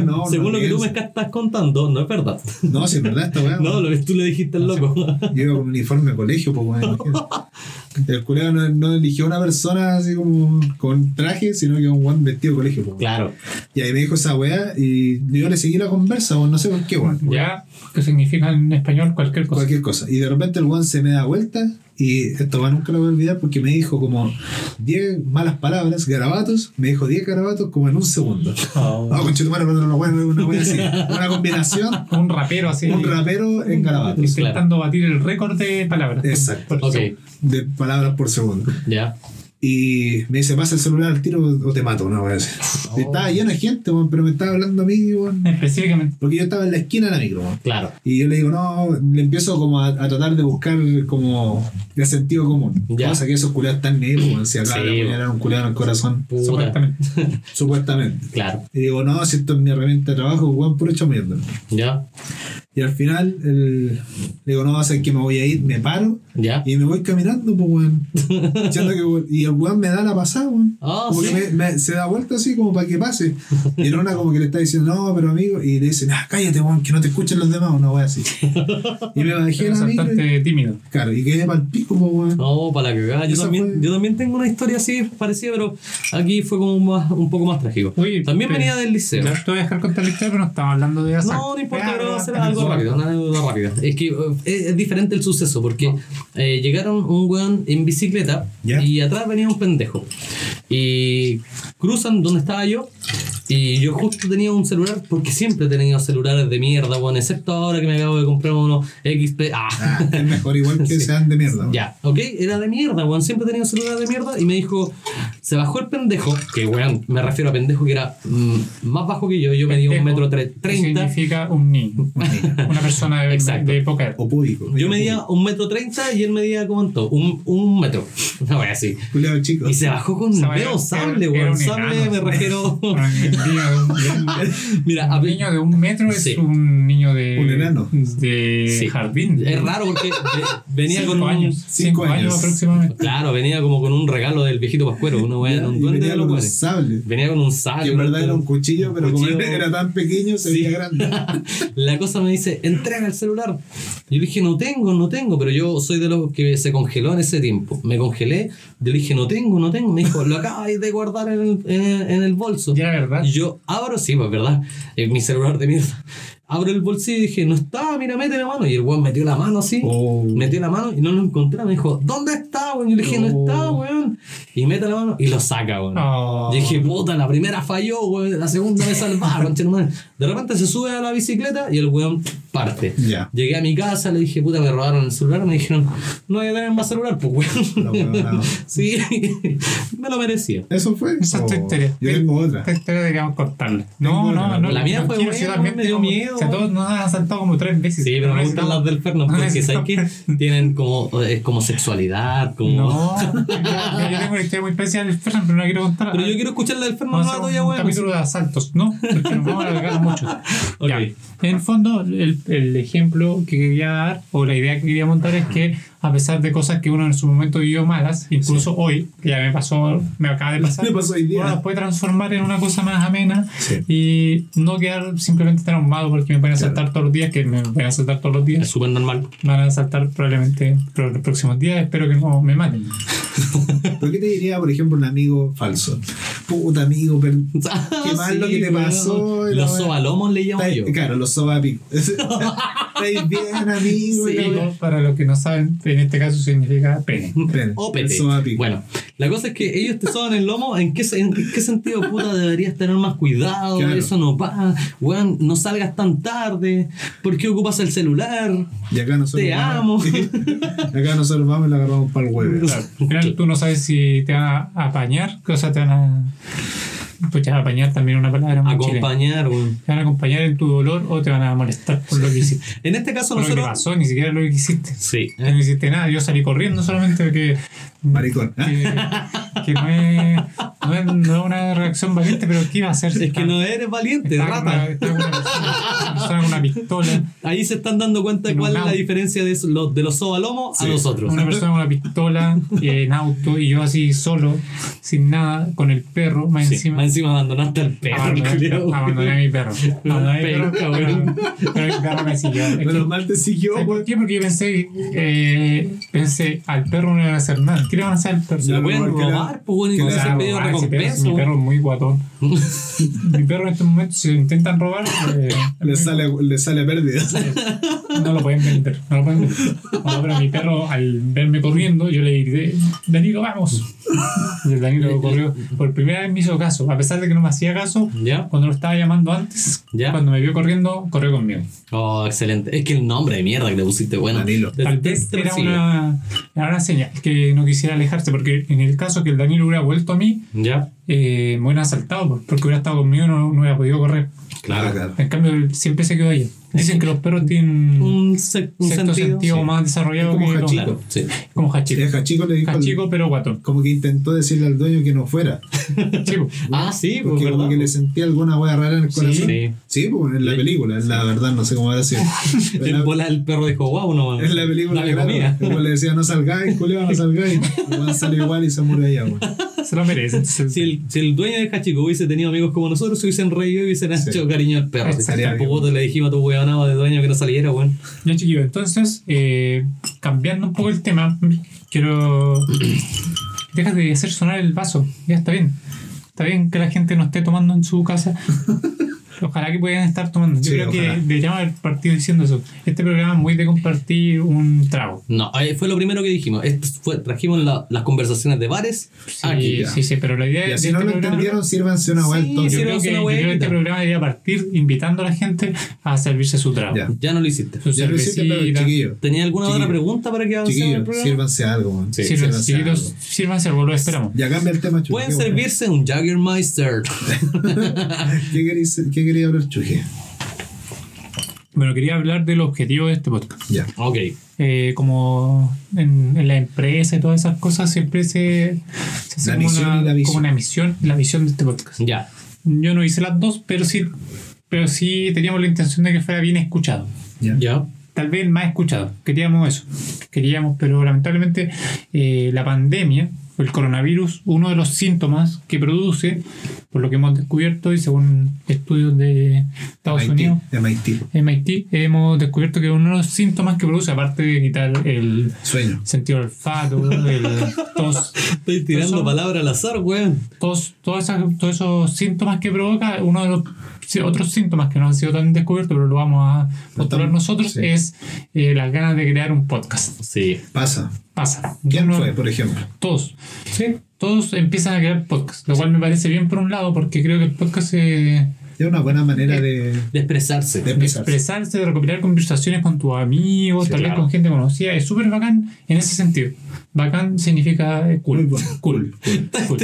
Speaker 3: No,
Speaker 2: Según
Speaker 3: no
Speaker 2: lo que tú me
Speaker 3: pienso.
Speaker 2: estás contando, no es verdad.
Speaker 3: No, si es verdad esta weá.
Speaker 2: No,
Speaker 3: weón.
Speaker 2: lo que tú le dijiste al loco.
Speaker 3: Yo iba con uniforme de colegio, pues weón, imagínate. El culero no, no eligió una persona así como con traje, sino que un weón vestido de colegio, pues. weón.
Speaker 2: Claro.
Speaker 3: Y ahí me dijo esa weá y yo le seguí la conversa, weón, no sé por qué, weón.
Speaker 4: Ya, que significa en español cualquier cosa.
Speaker 3: Cualquier cosa. Y de repente el weón se me da vuelta y esto weón, nunca lo voy a olvidar porque me dijo como 10 malas palabras, garabatos, me dijo 10 garabatos como en un segundo. Ah,
Speaker 4: Oh.
Speaker 3: conchetumare, pero no, bueno, una wea así. Una combinación,
Speaker 4: Un rapero así.
Speaker 3: un rapero en garabatos.
Speaker 4: Intentando batir el récord de palabras.
Speaker 3: Exacto.
Speaker 4: Por- por-
Speaker 2: Ok.
Speaker 3: De palabras por segundo.
Speaker 2: Ya.
Speaker 3: Y me dice, pasa el celular al tiro o te mato, una wea así. Y Estaba lleno de gente, weón, pero me estaba hablando a mí, weón.
Speaker 4: Específicamente.
Speaker 3: Porque yo estaba en la esquina de la micro, weón.
Speaker 2: Claro.
Speaker 3: Y yo le digo, no, le empiezo como a, a tratar de buscar como de sentido común.
Speaker 2: Ya.
Speaker 3: Cosa que esos culiados tan negros, weón. Si acá
Speaker 2: Sí,
Speaker 3: le apuñalaron un culiado en el corazón,
Speaker 2: Puta.
Speaker 4: Supuestamente.
Speaker 3: supuestamente.
Speaker 2: Claro.
Speaker 3: Y digo, no, si esto es mi herramienta de trabajo, weón, puro chamullando.
Speaker 2: Ya.
Speaker 3: Y al final, el- le digo, no, va a ser que me voy a ir, me paro
Speaker 2: Ya.
Speaker 3: y me voy caminando, pues, weón. Echando que, weón, y el weón me da la pasada, weón.
Speaker 2: Ah,
Speaker 3: como
Speaker 2: sí.
Speaker 3: que me- me- se da vuelta así, como para que pase. Y en una, como que le está diciendo, no, pero amigo, y le dicen, ah, cállate, weón, que no te escuchen los demás, una weá así. Y me bajé
Speaker 4: Era
Speaker 3: la micro. y-
Speaker 4: bastante tímido.
Speaker 3: Claro, y quedé para el pico, pues, weón.
Speaker 2: No, para la cagada. Yo
Speaker 3: Esa
Speaker 2: también,
Speaker 3: fue-
Speaker 2: yo también tengo una historia así parecida, pero aquí fue como más, un poco más trágico.
Speaker 4: Oye,
Speaker 2: también
Speaker 4: pero-
Speaker 2: venía del liceo.
Speaker 4: Ya te voy a dejar contar la historia, pero no estamos hablando de asalto.
Speaker 2: No, no importa,
Speaker 4: Ah,
Speaker 2: pero va a ser
Speaker 4: ah,
Speaker 2: algo
Speaker 4: ah,
Speaker 2: rápido, una anécdota rápida. Es que eh, es, es diferente el suceso, porque eh, llegaron un weón en bicicleta
Speaker 3: Ya.
Speaker 2: y atrás venía un pendejo. Y cruzan donde estaba yo. Y yo justo tenía un celular, porque siempre he tenido celulares de mierda, weón, excepto ahora que me acabo de comprar uno XP. Ah.
Speaker 3: Ah, es mejor igual que sean de mierda, weón.
Speaker 2: Ya, ok, era de mierda, weón. Siempre tenía un celular de mierda y me dijo, se bajó el pendejo, que weón, me refiero a pendejo que era mm, más bajo que yo, yo medía un
Speaker 4: pendejo,
Speaker 2: metro tre-
Speaker 4: que
Speaker 2: treinta.
Speaker 4: Significa un niño. Una persona de,
Speaker 2: Exacto.
Speaker 4: de poca edad.
Speaker 3: O público.
Speaker 2: Yo medía un metro treinta y él medía cuánto, un, un metro. Una wea así.
Speaker 3: Culeado chico.
Speaker 2: Y se bajó con
Speaker 4: Esa
Speaker 2: un
Speaker 4: weá
Speaker 2: veo
Speaker 4: era-
Speaker 2: sable,
Speaker 4: era
Speaker 2: weón.
Speaker 4: un
Speaker 2: Sable
Speaker 4: enano,
Speaker 2: me
Speaker 4: sí.
Speaker 2: refiero.
Speaker 4: Bueno, Un niño de un-
Speaker 2: Mira, a
Speaker 4: un
Speaker 2: ver,
Speaker 4: niño de un metro es
Speaker 2: Sí.
Speaker 4: un niño de.
Speaker 3: Un enano.
Speaker 4: De
Speaker 2: Sí.
Speaker 4: jardín.
Speaker 2: es raro porque eh, venía
Speaker 4: Cinco
Speaker 2: con un-
Speaker 4: años. Cinco,
Speaker 3: Cinco
Speaker 4: años
Speaker 3: años.
Speaker 4: aproximadamente.
Speaker 2: Claro, venía como con un regalo del viejito Pascuero, una wea,
Speaker 3: Ya,
Speaker 2: un
Speaker 3: y
Speaker 2: duende
Speaker 3: venía
Speaker 2: de los
Speaker 3: con un
Speaker 2: weones.
Speaker 3: sable.
Speaker 2: Venía con un sable.
Speaker 3: Que en verdad era un cuchillo, pero como
Speaker 2: cuchillo.
Speaker 3: era tan pequeño, se veía grande.
Speaker 2: La cosa me dice, entrega el celular. Yo le dije, no tengo, no tengo, pero yo soy de los que se congeló en ese tiempo. Me congelé, yo le dije, no tengo, no tengo. Me dijo, lo acabas de guardar en el, en el- en el bolso.
Speaker 4: Y era verdad.
Speaker 2: Y yo abro, sí, pues verdad, eh, mi celular de mierda. Abro el bolsillo y dije, no está, mira, mete la mano. Y el weón metió la mano así,
Speaker 3: Oh.
Speaker 2: metió la mano y no lo encontré. Me dijo, ¿dónde está, weón? Yo le dije, no
Speaker 4: Oh.
Speaker 2: está, weón. Y mete la mano y lo saca, weón.
Speaker 3: Ah.
Speaker 4: Oh.
Speaker 2: Y dije, puta, la primera falló, weón, la segunda me salvaron, conche tu madre. De repente se sube a la bicicleta y el weón parte.
Speaker 3: Ya.
Speaker 2: Llegué a mi casa, le dije, puta, me robaron el celular, me dijeron, no voy a tener más celular, pues weón.
Speaker 3: La huevonada.
Speaker 2: Sí, me lo merecía.
Speaker 3: Eso fue.
Speaker 4: Esa es tu
Speaker 3: Oh,
Speaker 4: historia.
Speaker 3: Yo tengo otra.
Speaker 4: Esta historia deberíamos cortarla.
Speaker 3: Tengo
Speaker 4: No,
Speaker 3: otra,
Speaker 4: no,
Speaker 3: la
Speaker 4: no.
Speaker 2: La mía
Speaker 4: no
Speaker 2: fue
Speaker 4: quiero,
Speaker 2: buena,
Speaker 4: yo también
Speaker 2: me dio
Speaker 4: tengo-
Speaker 2: miedo.
Speaker 4: O sea, todos nos han asaltado como tres veces.
Speaker 2: Sí, pero me gustan las del Ferno porque sabes que tienen como, es como sexualidad, como.
Speaker 4: No, yo tengo una historia muy especial del Fernan, pero no la quiero contar. Ah,
Speaker 2: Pero yo quiero escuchar la del Ferno
Speaker 4: Vamos a
Speaker 2: no
Speaker 4: hacer
Speaker 2: la
Speaker 4: un,
Speaker 2: tuya,
Speaker 4: un
Speaker 2: weón.
Speaker 4: capítulo de asaltos, ¿no? Porque nos vamos a alargar mucho.
Speaker 2: Ok.
Speaker 4: Ya. En el fondo, el, el ejemplo que quería dar, o la idea que quería montar, es que a pesar de cosas que uno en su momento vivió malas, incluso hoy, que ya me pasó, me acaba de pasar,
Speaker 3: Me pasó hoy día.
Speaker 4: uno las puede transformar en una cosa más amena
Speaker 3: Sí.
Speaker 4: y no quedar simplemente traumado porque me van a
Speaker 3: Claro.
Speaker 4: asaltar todos los días, que me van a asaltar todos los días
Speaker 2: Es súper normal.
Speaker 4: me van a asaltar probablemente por los próximos días. Espero que no me maten.
Speaker 3: ¿Por qué te diría, por ejemplo, un amigo falso? Puta amigo, pero. Qué mal lo que te
Speaker 2: Ah, weón.
Speaker 3: pasó, la
Speaker 2: Los
Speaker 3: weá.
Speaker 2: sobalomos le llamo yo.
Speaker 3: Estáis- Claro, los sobapico. Estáis bien, amigo.
Speaker 2: Sí.
Speaker 3: y la wea.
Speaker 4: Pico, para los que no saben, en este caso significa pene.
Speaker 3: Ven,
Speaker 2: Ópete.
Speaker 3: el sobapico.
Speaker 2: Oh, Bueno, la cosa es que ellos te soban el lomo. ¿En qué, se- en qué sentido, puta, deberías tener más cuidado?
Speaker 3: Claro.
Speaker 2: Eso no va. Weón, no salgas tan tarde. ¿Por qué ocupas el celular?
Speaker 3: Y acá nosotros.
Speaker 2: Te
Speaker 3: vamos-
Speaker 2: amo.
Speaker 3: acá nosotros vamos y la agarramos para el huevo.
Speaker 4: Claro, al final tú no sabes si te van a apañar, o sea, te van a. Pues ya, apañar también una palabra muy chilena.
Speaker 2: Acompañar, weón.
Speaker 4: Te van a acompañar en tu dolor o te van a molestar por lo que hiciste.
Speaker 2: En este caso,
Speaker 4: Por lo que te
Speaker 2: nosotros.
Speaker 4: pasó, ni siquiera lo que hiciste.
Speaker 2: Sí.
Speaker 4: No hiciste nada, yo salí corriendo solamente porque.
Speaker 3: Maricón. ¿ah?
Speaker 4: Que, que no, es, no, es, no es una reacción valiente, pero ¿qué iba a hacer? si
Speaker 2: Es que
Speaker 4: estaba-
Speaker 2: no eres valiente,
Speaker 4: estaba con una-
Speaker 2: rata.
Speaker 4: estaba con una persona- una persona con una pistola.
Speaker 2: Ahí se están dando cuenta
Speaker 4: En
Speaker 2: cuál
Speaker 4: un
Speaker 2: es la
Speaker 4: auto.
Speaker 2: diferencia de, esos- los, de los sobalomos a
Speaker 3: Sí.
Speaker 2: los otros.
Speaker 4: Una persona con una pistola eh, en auto y yo así solo, sin nada, con el perro más
Speaker 2: Sí,
Speaker 4: encima.
Speaker 2: más encima abandonaste al perro,
Speaker 4: Abandoné,
Speaker 2: culiao.
Speaker 4: abandoné a mi perro. Abandoné a mi
Speaker 2: Perro,
Speaker 4: perro, pero, pero mi perro me siguió. Es que-
Speaker 3: Menos mal te siguió,
Speaker 4: ¿sabes ¿Por
Speaker 3: weón.
Speaker 4: qué? Porque yo pensé, eh, pensé, al perro no le van a hacer nada. ¿Qué le van a hacer al perro?
Speaker 2: Lo
Speaker 3: Ya,
Speaker 2: pueden
Speaker 3: porque era-
Speaker 2: robar, pues, weón, y
Speaker 3: que
Speaker 2: no
Speaker 3: le
Speaker 2: se han
Speaker 4: Claro,
Speaker 2: pedido
Speaker 4: ah, ese perro-
Speaker 2: recompensa.
Speaker 4: Mi perro es muy guatón. Mi perro en este momento, si lo intentan robar, eh,
Speaker 3: Le sale, le sale pérdida.
Speaker 4: no lo pueden vender. No lo pueden vender. No, pero mi perro, al verme corriendo, yo le grité, Danilo, vamos. Y el Danilo corrió. Por primera vez me hizo caso. A pesar de que no me hacía caso,
Speaker 2: ¿Ya?
Speaker 4: cuando lo estaba llamando antes,
Speaker 2: Ya.
Speaker 4: cuando me vio corriendo, corrió conmigo.
Speaker 2: Oh, excelente. Es que el nombre de mierda que le pusiste, bueno.
Speaker 3: Danilo.
Speaker 2: Te-
Speaker 4: Tal
Speaker 2: te-
Speaker 4: vez
Speaker 2: te
Speaker 4: era
Speaker 2: persigue.
Speaker 4: una, era una señal que no quisiera alejarse, porque en el caso que el Danilo hubiera vuelto a mí,
Speaker 2: Ya,
Speaker 4: eh, me hubieran asaltado, po, porque hubiera estado conmigo y no, no hubiera podido correr.
Speaker 2: claro.
Speaker 4: En cambio, él siempre se quedó allá. Dicen que los perros tienen un
Speaker 2: Un, se- un
Speaker 4: sexto sentido,
Speaker 2: sí.
Speaker 4: más desarrollado
Speaker 3: Es como
Speaker 4: que los-
Speaker 3: Hachiko.
Speaker 2: Claro, sí.
Speaker 4: Como Hachiko.
Speaker 3: Es Hachico le dijo al-
Speaker 4: Hachiko, pero guatón.
Speaker 3: como que intentó decirle al dueño que no fuera.
Speaker 4: Chico.
Speaker 2: Ah, sí, pues
Speaker 3: Porque como
Speaker 2: verdad.
Speaker 3: que le sentía alguna wea rara en el corazón.
Speaker 2: Sí.
Speaker 3: Sí, pues en la película, en la verdad, no sé cómo habrá sido. Pero en
Speaker 2: En
Speaker 3: la-
Speaker 2: bola el perro dijo, wow, no.
Speaker 3: En la película,
Speaker 2: Dame
Speaker 3: claro,
Speaker 2: comida.
Speaker 3: como le decía, no salgáis, culeo, no salgáis. Y van a salir igual y se murió allá, weón.
Speaker 4: Se lo merece. entonces-
Speaker 2: Si el, si el dueño de Hachiko hubiese tenido amigos como nosotros, se hubiesen reído y hubiesen
Speaker 3: Sí.
Speaker 2: hecho cariño al perro. Si
Speaker 3: Estaría
Speaker 2: tampoco
Speaker 3: bien.
Speaker 2: te le dijimos a tu weonado de dueño que no saliera, weón.
Speaker 4: Ya chiquillo, entonces, eh, cambiando un poco el tema, quiero... Deja de hacer sonar el vaso, ya está bien. Está bien que la gente no esté tomando en su casa. Ojalá que puedan estar tomando. Yo
Speaker 3: Sí,
Speaker 4: creo
Speaker 3: ojalá.
Speaker 4: que deberíamos haber partido diciendo eso. Este programa es muy de compartir un trago.
Speaker 2: No, eh, fue lo primero que dijimos. Esto fue- trajimos la- las conversaciones de bares
Speaker 4: Sí,
Speaker 2: aquí.
Speaker 3: Ah, ya.
Speaker 4: sí, sí, pero la idea
Speaker 3: Y
Speaker 4: de
Speaker 3: así
Speaker 4: este
Speaker 3: no lo
Speaker 4: programa-
Speaker 3: entendieron, sírvanse una
Speaker 2: Sí,
Speaker 3: vuelta.
Speaker 4: Yo
Speaker 2: sí.
Speaker 4: creo,
Speaker 2: Sírvanse
Speaker 4: que,
Speaker 2: una
Speaker 4: yo creo que
Speaker 2: vuelta.
Speaker 4: este programa debería partir invitando a la gente a servirse su trago.
Speaker 3: Ya.
Speaker 2: Ya no lo hiciste.
Speaker 4: Su
Speaker 3: Ya lo hiciste, pero
Speaker 4: cervecita.
Speaker 3: chiquillo,
Speaker 2: ¿Tenía alguna otra
Speaker 3: Chiquillos.
Speaker 2: pregunta para que avancemos el
Speaker 3: chiquillo,
Speaker 2: programa?
Speaker 3: sírvanse algo, weón.
Speaker 2: Sí,
Speaker 4: Sirvan-
Speaker 3: Sírvanse
Speaker 4: chiquillos,
Speaker 3: algo.
Speaker 4: sírvanse algo, lo esperamos.
Speaker 3: Ya cambia el tema, Chuji.
Speaker 2: Pueden
Speaker 3: qué bueno.
Speaker 2: servirse un Jaggermeister.
Speaker 3: ¿Qué queréis- ¿Qué quería hablar, Chuji?
Speaker 4: Bueno, quería hablar del objetivo de este podcast.
Speaker 3: Ya.
Speaker 2: ok.
Speaker 4: eh, como en, en la empresa y todas esas cosas, siempre se, se hace
Speaker 3: La
Speaker 4: como,
Speaker 3: misión y
Speaker 4: una,
Speaker 3: la
Speaker 4: como
Speaker 3: visión.
Speaker 4: una misión, la visión de este podcast.
Speaker 2: Ya.
Speaker 4: Yo no hice las dos, pero sí, pero sí teníamos la intención de que fuera bien escuchado.
Speaker 3: Ya.
Speaker 2: Ya.
Speaker 4: Tal vez más escuchado. Queríamos eso. Queríamos, pero lamentablemente eh, la pandemia, el coronavirus, uno de los síntomas que produce, por lo que hemos descubierto y según estudios de Estados
Speaker 3: MIT,
Speaker 4: Unidos,
Speaker 3: MIT.
Speaker 4: MIT, hemos descubierto que uno de los síntomas que produce, aparte de quitar el,
Speaker 3: Sueño.
Speaker 4: sentido del olfato, el tos,
Speaker 2: Estoy tirando
Speaker 4: Eso.
Speaker 2: palabras al azar, weón.
Speaker 4: tos todas esas- todos esos síntomas que provoca, uno de los sí, otros síntomas que no han sido tan descubiertos, pero lo vamos a postular
Speaker 3: Estamos-
Speaker 4: nosotros,
Speaker 3: sí.
Speaker 4: es eh, las ganas de crear un podcast.
Speaker 2: Sí.
Speaker 3: Pasa.
Speaker 4: Pasa.
Speaker 3: ¿Quién
Speaker 4: Uno-
Speaker 3: fue, por ejemplo?
Speaker 4: Todos. Todos empiezan a crear podcast, lo cual me parece bien por un lado, porque creo que el podcast es
Speaker 3: Es una buena manera de,
Speaker 2: De expresarse.
Speaker 3: de
Speaker 4: de
Speaker 3: empezar.
Speaker 4: expresarse, de recopilar conversaciones con tus amigos,
Speaker 2: Sí,
Speaker 4: tal vez
Speaker 2: claro.
Speaker 4: con gente conocida. Es súper bacán en ese sentido. Bacán significa eh, cool.
Speaker 3: Muy bueno.
Speaker 4: Cool. Cool. cool.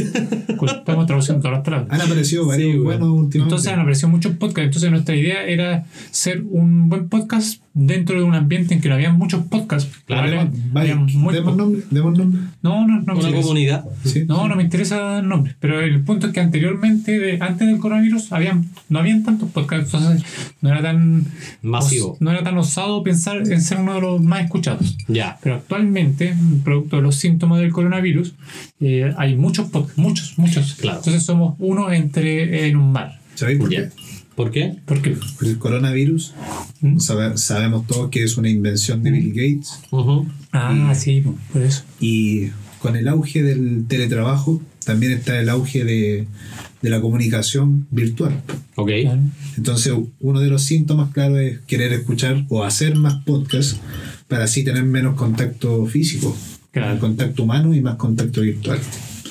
Speaker 4: Cool. Estamos traduciendo todas las palabras.
Speaker 3: Han aparecido varios
Speaker 2: Sí,
Speaker 3: buenos últimamente.
Speaker 4: Entonces han aparecido muchos podcasts. Entonces nuestra idea era ser un buen podcast dentro de un ambiente en que no había muchos podcasts.
Speaker 2: Claro,
Speaker 3: Vaya,
Speaker 4: Había muy
Speaker 3: demos
Speaker 4: pocos.
Speaker 3: nombre, demos nombre.
Speaker 4: No, no, no.
Speaker 2: Una
Speaker 4: me interesa.
Speaker 2: comunidad.
Speaker 3: Sí.
Speaker 4: No, no me interesa el nombre, pero el punto es que anteriormente, de- antes del coronavirus, habían, no habían tantos podcasts, entonces no era tan
Speaker 2: Masivo.
Speaker 4: os- no era tan osado pensar en ser uno de los más escuchados.
Speaker 2: Ya.
Speaker 4: Pero actualmente, producto de los síntomas del coronavirus, eh, hay muchos podcasts, muchos, muchos.
Speaker 2: Claro.
Speaker 4: Entonces somos uno entre en un mar.
Speaker 3: ¿Sabéis por
Speaker 2: Ya.
Speaker 3: qué?
Speaker 2: ¿Por qué?
Speaker 4: ¿Por qué?
Speaker 3: Porque el coronavirus,
Speaker 4: ¿Mm?
Speaker 3: sabe- sabemos todos que es una invención de Bill Gates.
Speaker 2: Ujú. Mm.
Speaker 4: Ah, sí, por eso.
Speaker 3: Y con el auge del teletrabajo, también está el auge de, de la comunicación virtual.
Speaker 2: Ok.
Speaker 4: Claro.
Speaker 3: Entonces, uno de los síntomas, claro, es querer escuchar o hacer más podcasts para así tener menos contacto físico,
Speaker 4: Claro.
Speaker 3: contacto humano y más contacto virtual.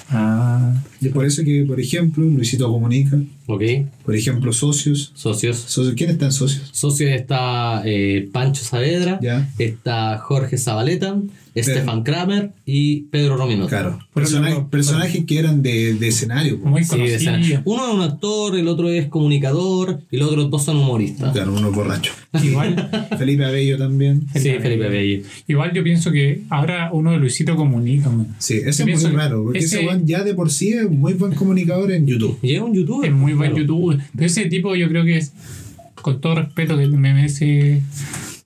Speaker 4: Ah,
Speaker 3: Y es por eso que, por ejemplo, Luisito Comunica,
Speaker 2: Ok.
Speaker 3: por ejemplo, Socios.
Speaker 2: Socios.
Speaker 3: Socios- ¿Quién está en Socios?
Speaker 2: Socios está eh, Pancho Saavedra,
Speaker 3: Ya.
Speaker 2: está Jorge Zabaleta, Stefan Kramer y Pedro Romino.
Speaker 3: Claro.
Speaker 4: Por
Speaker 3: Persona-
Speaker 4: ejemplo,
Speaker 3: personajes que eran de, de escenario. po.
Speaker 4: muy
Speaker 2: Sí, de escena.
Speaker 4: conocido.
Speaker 2: Uno es un actor, el otro es comunicador y los otros dos son humoristas.
Speaker 3: Claro, unos borrachos.
Speaker 4: Igual.
Speaker 3: Felipe Abello también.
Speaker 2: Sí, Felipe Belli.
Speaker 4: Igual yo pienso que ahora uno de Luisito comunica. man.
Speaker 3: Sí, ese
Speaker 4: Yo
Speaker 3: es
Speaker 4: pienso
Speaker 3: muy
Speaker 4: que
Speaker 3: raro, porque ese
Speaker 4: ese-
Speaker 3: weón ya de por sí es muy buen comunicador en YouTube.
Speaker 2: Y es un youtuber.
Speaker 4: Es muy buen
Speaker 2: Claro.
Speaker 4: youtuber. Pero ese tipo yo creo que es, con todo respeto que me merece...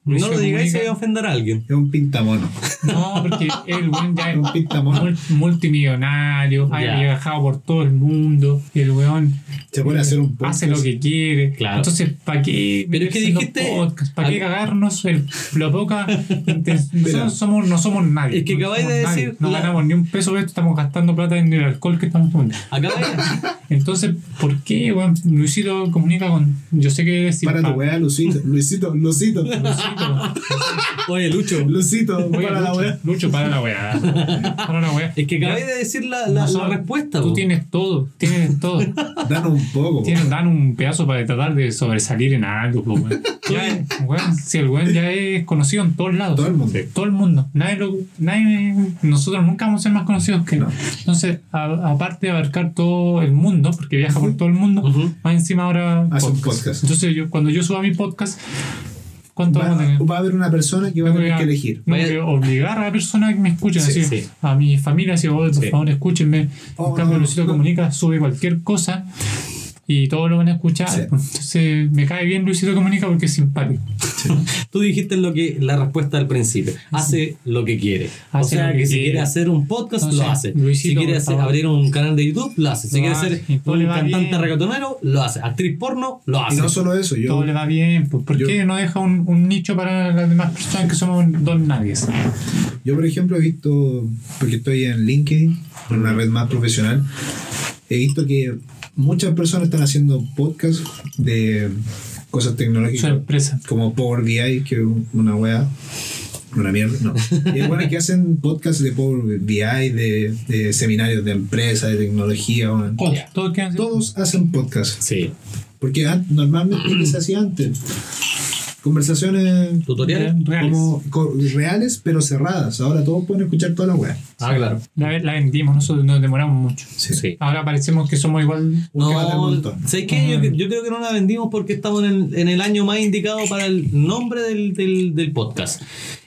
Speaker 2: No
Speaker 4: Luisito
Speaker 2: lo digáis si voy a
Speaker 4: Comunica.
Speaker 2: ofender a alguien.
Speaker 3: Es un pintamono.
Speaker 4: No, porque el weón ya es
Speaker 3: Un pintamono.
Speaker 4: mul- multimillonario, ha
Speaker 2: Ya.
Speaker 4: viajado por todo el mundo, y el weón eh,
Speaker 3: Se puede hacer un podcast.
Speaker 4: hace lo que quiere.
Speaker 2: Claro.
Speaker 4: Entonces, ¿para qué?
Speaker 2: Pero es que
Speaker 4: meterse en los
Speaker 2: dijiste-
Speaker 4: podcasts? ¿Para qué
Speaker 2: al-
Speaker 4: cagarnos el, la poca intención?
Speaker 3: Mira.
Speaker 4: Nosotros somos, no somos nadie.
Speaker 2: Es que
Speaker 4: no
Speaker 2: acabáis
Speaker 4: somos
Speaker 2: de
Speaker 4: nadie,
Speaker 2: decir
Speaker 4: No
Speaker 2: la-
Speaker 4: ganamos ni un peso de esto, estamos gastando plata en el alcohol que estamos tomando.
Speaker 2: Acá ve-
Speaker 4: Entonces, ¿por qué, weón? Luisito comunica con. Yo sé que eres
Speaker 3: Para tu
Speaker 4: simpático.
Speaker 3: weá, Lucito. Luisito, Lucito.
Speaker 2: Oye, Lucho.
Speaker 3: Lucito,
Speaker 4: Oye,
Speaker 3: para la
Speaker 4: Lucho,
Speaker 3: weá.
Speaker 4: Lucho, para la weá. Para la weá.
Speaker 2: Es que
Speaker 4: Ya,
Speaker 2: acabé de decir la, la- la
Speaker 4: nosotros-
Speaker 2: respuesta.
Speaker 4: Tú
Speaker 2: po.
Speaker 4: tienes todo, tienes todo.
Speaker 3: Danos un poco.
Speaker 4: Tienen, dan un pedazo para tratar de sobresalir en algo, po, weón. Ya es- weón, Si el weón ya es conocido en todos lados.
Speaker 3: Todo el mundo.
Speaker 4: Todo el mundo. Nadie lo- nadie- nosotros nunca vamos a ser más conocidos que él.
Speaker 3: No.
Speaker 4: Entonces, a- aparte de abarcar todo el mundo, porque viaja por todo el mundo,
Speaker 2: Ujú.
Speaker 4: más encima ahora.
Speaker 3: Hace un podcast.
Speaker 4: Entonces, yo, cuando yo suba mi podcast, ¿cuánto
Speaker 3: Va,
Speaker 4: vamos a tener?
Speaker 3: va a haber una persona que va a
Speaker 4: Tengo
Speaker 3: tener que
Speaker 4: que-
Speaker 3: elegir.
Speaker 4: Tengo
Speaker 2: Vaya-
Speaker 4: que obligar a la persona que me escuche,
Speaker 2: Sí,
Speaker 4: así,
Speaker 2: sí.
Speaker 4: a mi familia, si por
Speaker 2: Sí.
Speaker 4: favor escúchenme.
Speaker 3: Oh,
Speaker 4: en cambio,
Speaker 3: no,
Speaker 4: Lucito
Speaker 3: no.
Speaker 4: Comunica sube cualquier cosa y todos lo van a escuchar.
Speaker 3: Sí.
Speaker 4: Entonces, me cae bien Lucito Comunica porque es simpático.
Speaker 2: Tú dijiste lo que, la respuesta al principio. Hace lo que quiere. o
Speaker 4: Hace
Speaker 2: sea,
Speaker 4: lo que
Speaker 2: que, si
Speaker 4: quiere.
Speaker 2: quiere hacer un podcast,
Speaker 4: Entonces,
Speaker 2: lo hace.
Speaker 4: Luisito,
Speaker 2: si quiere
Speaker 4: por
Speaker 2: hacer-
Speaker 4: favor.
Speaker 2: abrir un canal de YouTube, lo hace. Si
Speaker 4: Lo
Speaker 2: quiere
Speaker 4: hace.
Speaker 2: ser
Speaker 4: Y todo
Speaker 2: un
Speaker 4: le va
Speaker 2: cantante
Speaker 4: bien.
Speaker 2: reggaetonero, lo hace. Actriz porno, lo
Speaker 3: Y
Speaker 2: hace.
Speaker 3: no solo eso, yo.
Speaker 4: Todo le va bien. pues, ¿Por
Speaker 3: yo-
Speaker 4: qué no deja un, un nicho para las demás personas que somos dos nadies?
Speaker 3: Yo, por ejemplo, he visto, porque estoy en LinkedIn, en una red más profesional, he visto que muchas personas están haciendo podcasts de cosas
Speaker 4: Su
Speaker 3: tecnológicas,
Speaker 4: empresa.
Speaker 3: como Power BI, que es una wea, una mierda, no. Y es bueno que hacen podcasts de Power BI, de, de seminarios de empresa, de tecnología, weón.
Speaker 4: Todos, todos quieren ser-
Speaker 3: Todos hacen podcasts,
Speaker 2: Sí.
Speaker 3: porque an- normalmente ¿qué se hacía antes? Conversaciones
Speaker 2: ¿Tutoriales?
Speaker 4: reales.
Speaker 3: como co- reales pero cerradas. Ahora todos pueden escuchar toda la wea.
Speaker 2: Ah, claro.
Speaker 4: La, la vendimos, nosotros nos demoramos mucho.
Speaker 3: Sí.
Speaker 2: Sí.
Speaker 4: Ahora parecemos que somos igual.
Speaker 3: Porque vale un
Speaker 2: No,
Speaker 3: montón.
Speaker 2: ¿sabes qué? Yo, yo creo que no la vendimos porque estamos en el, en el año más indicado para el nombre del, del- del podcast.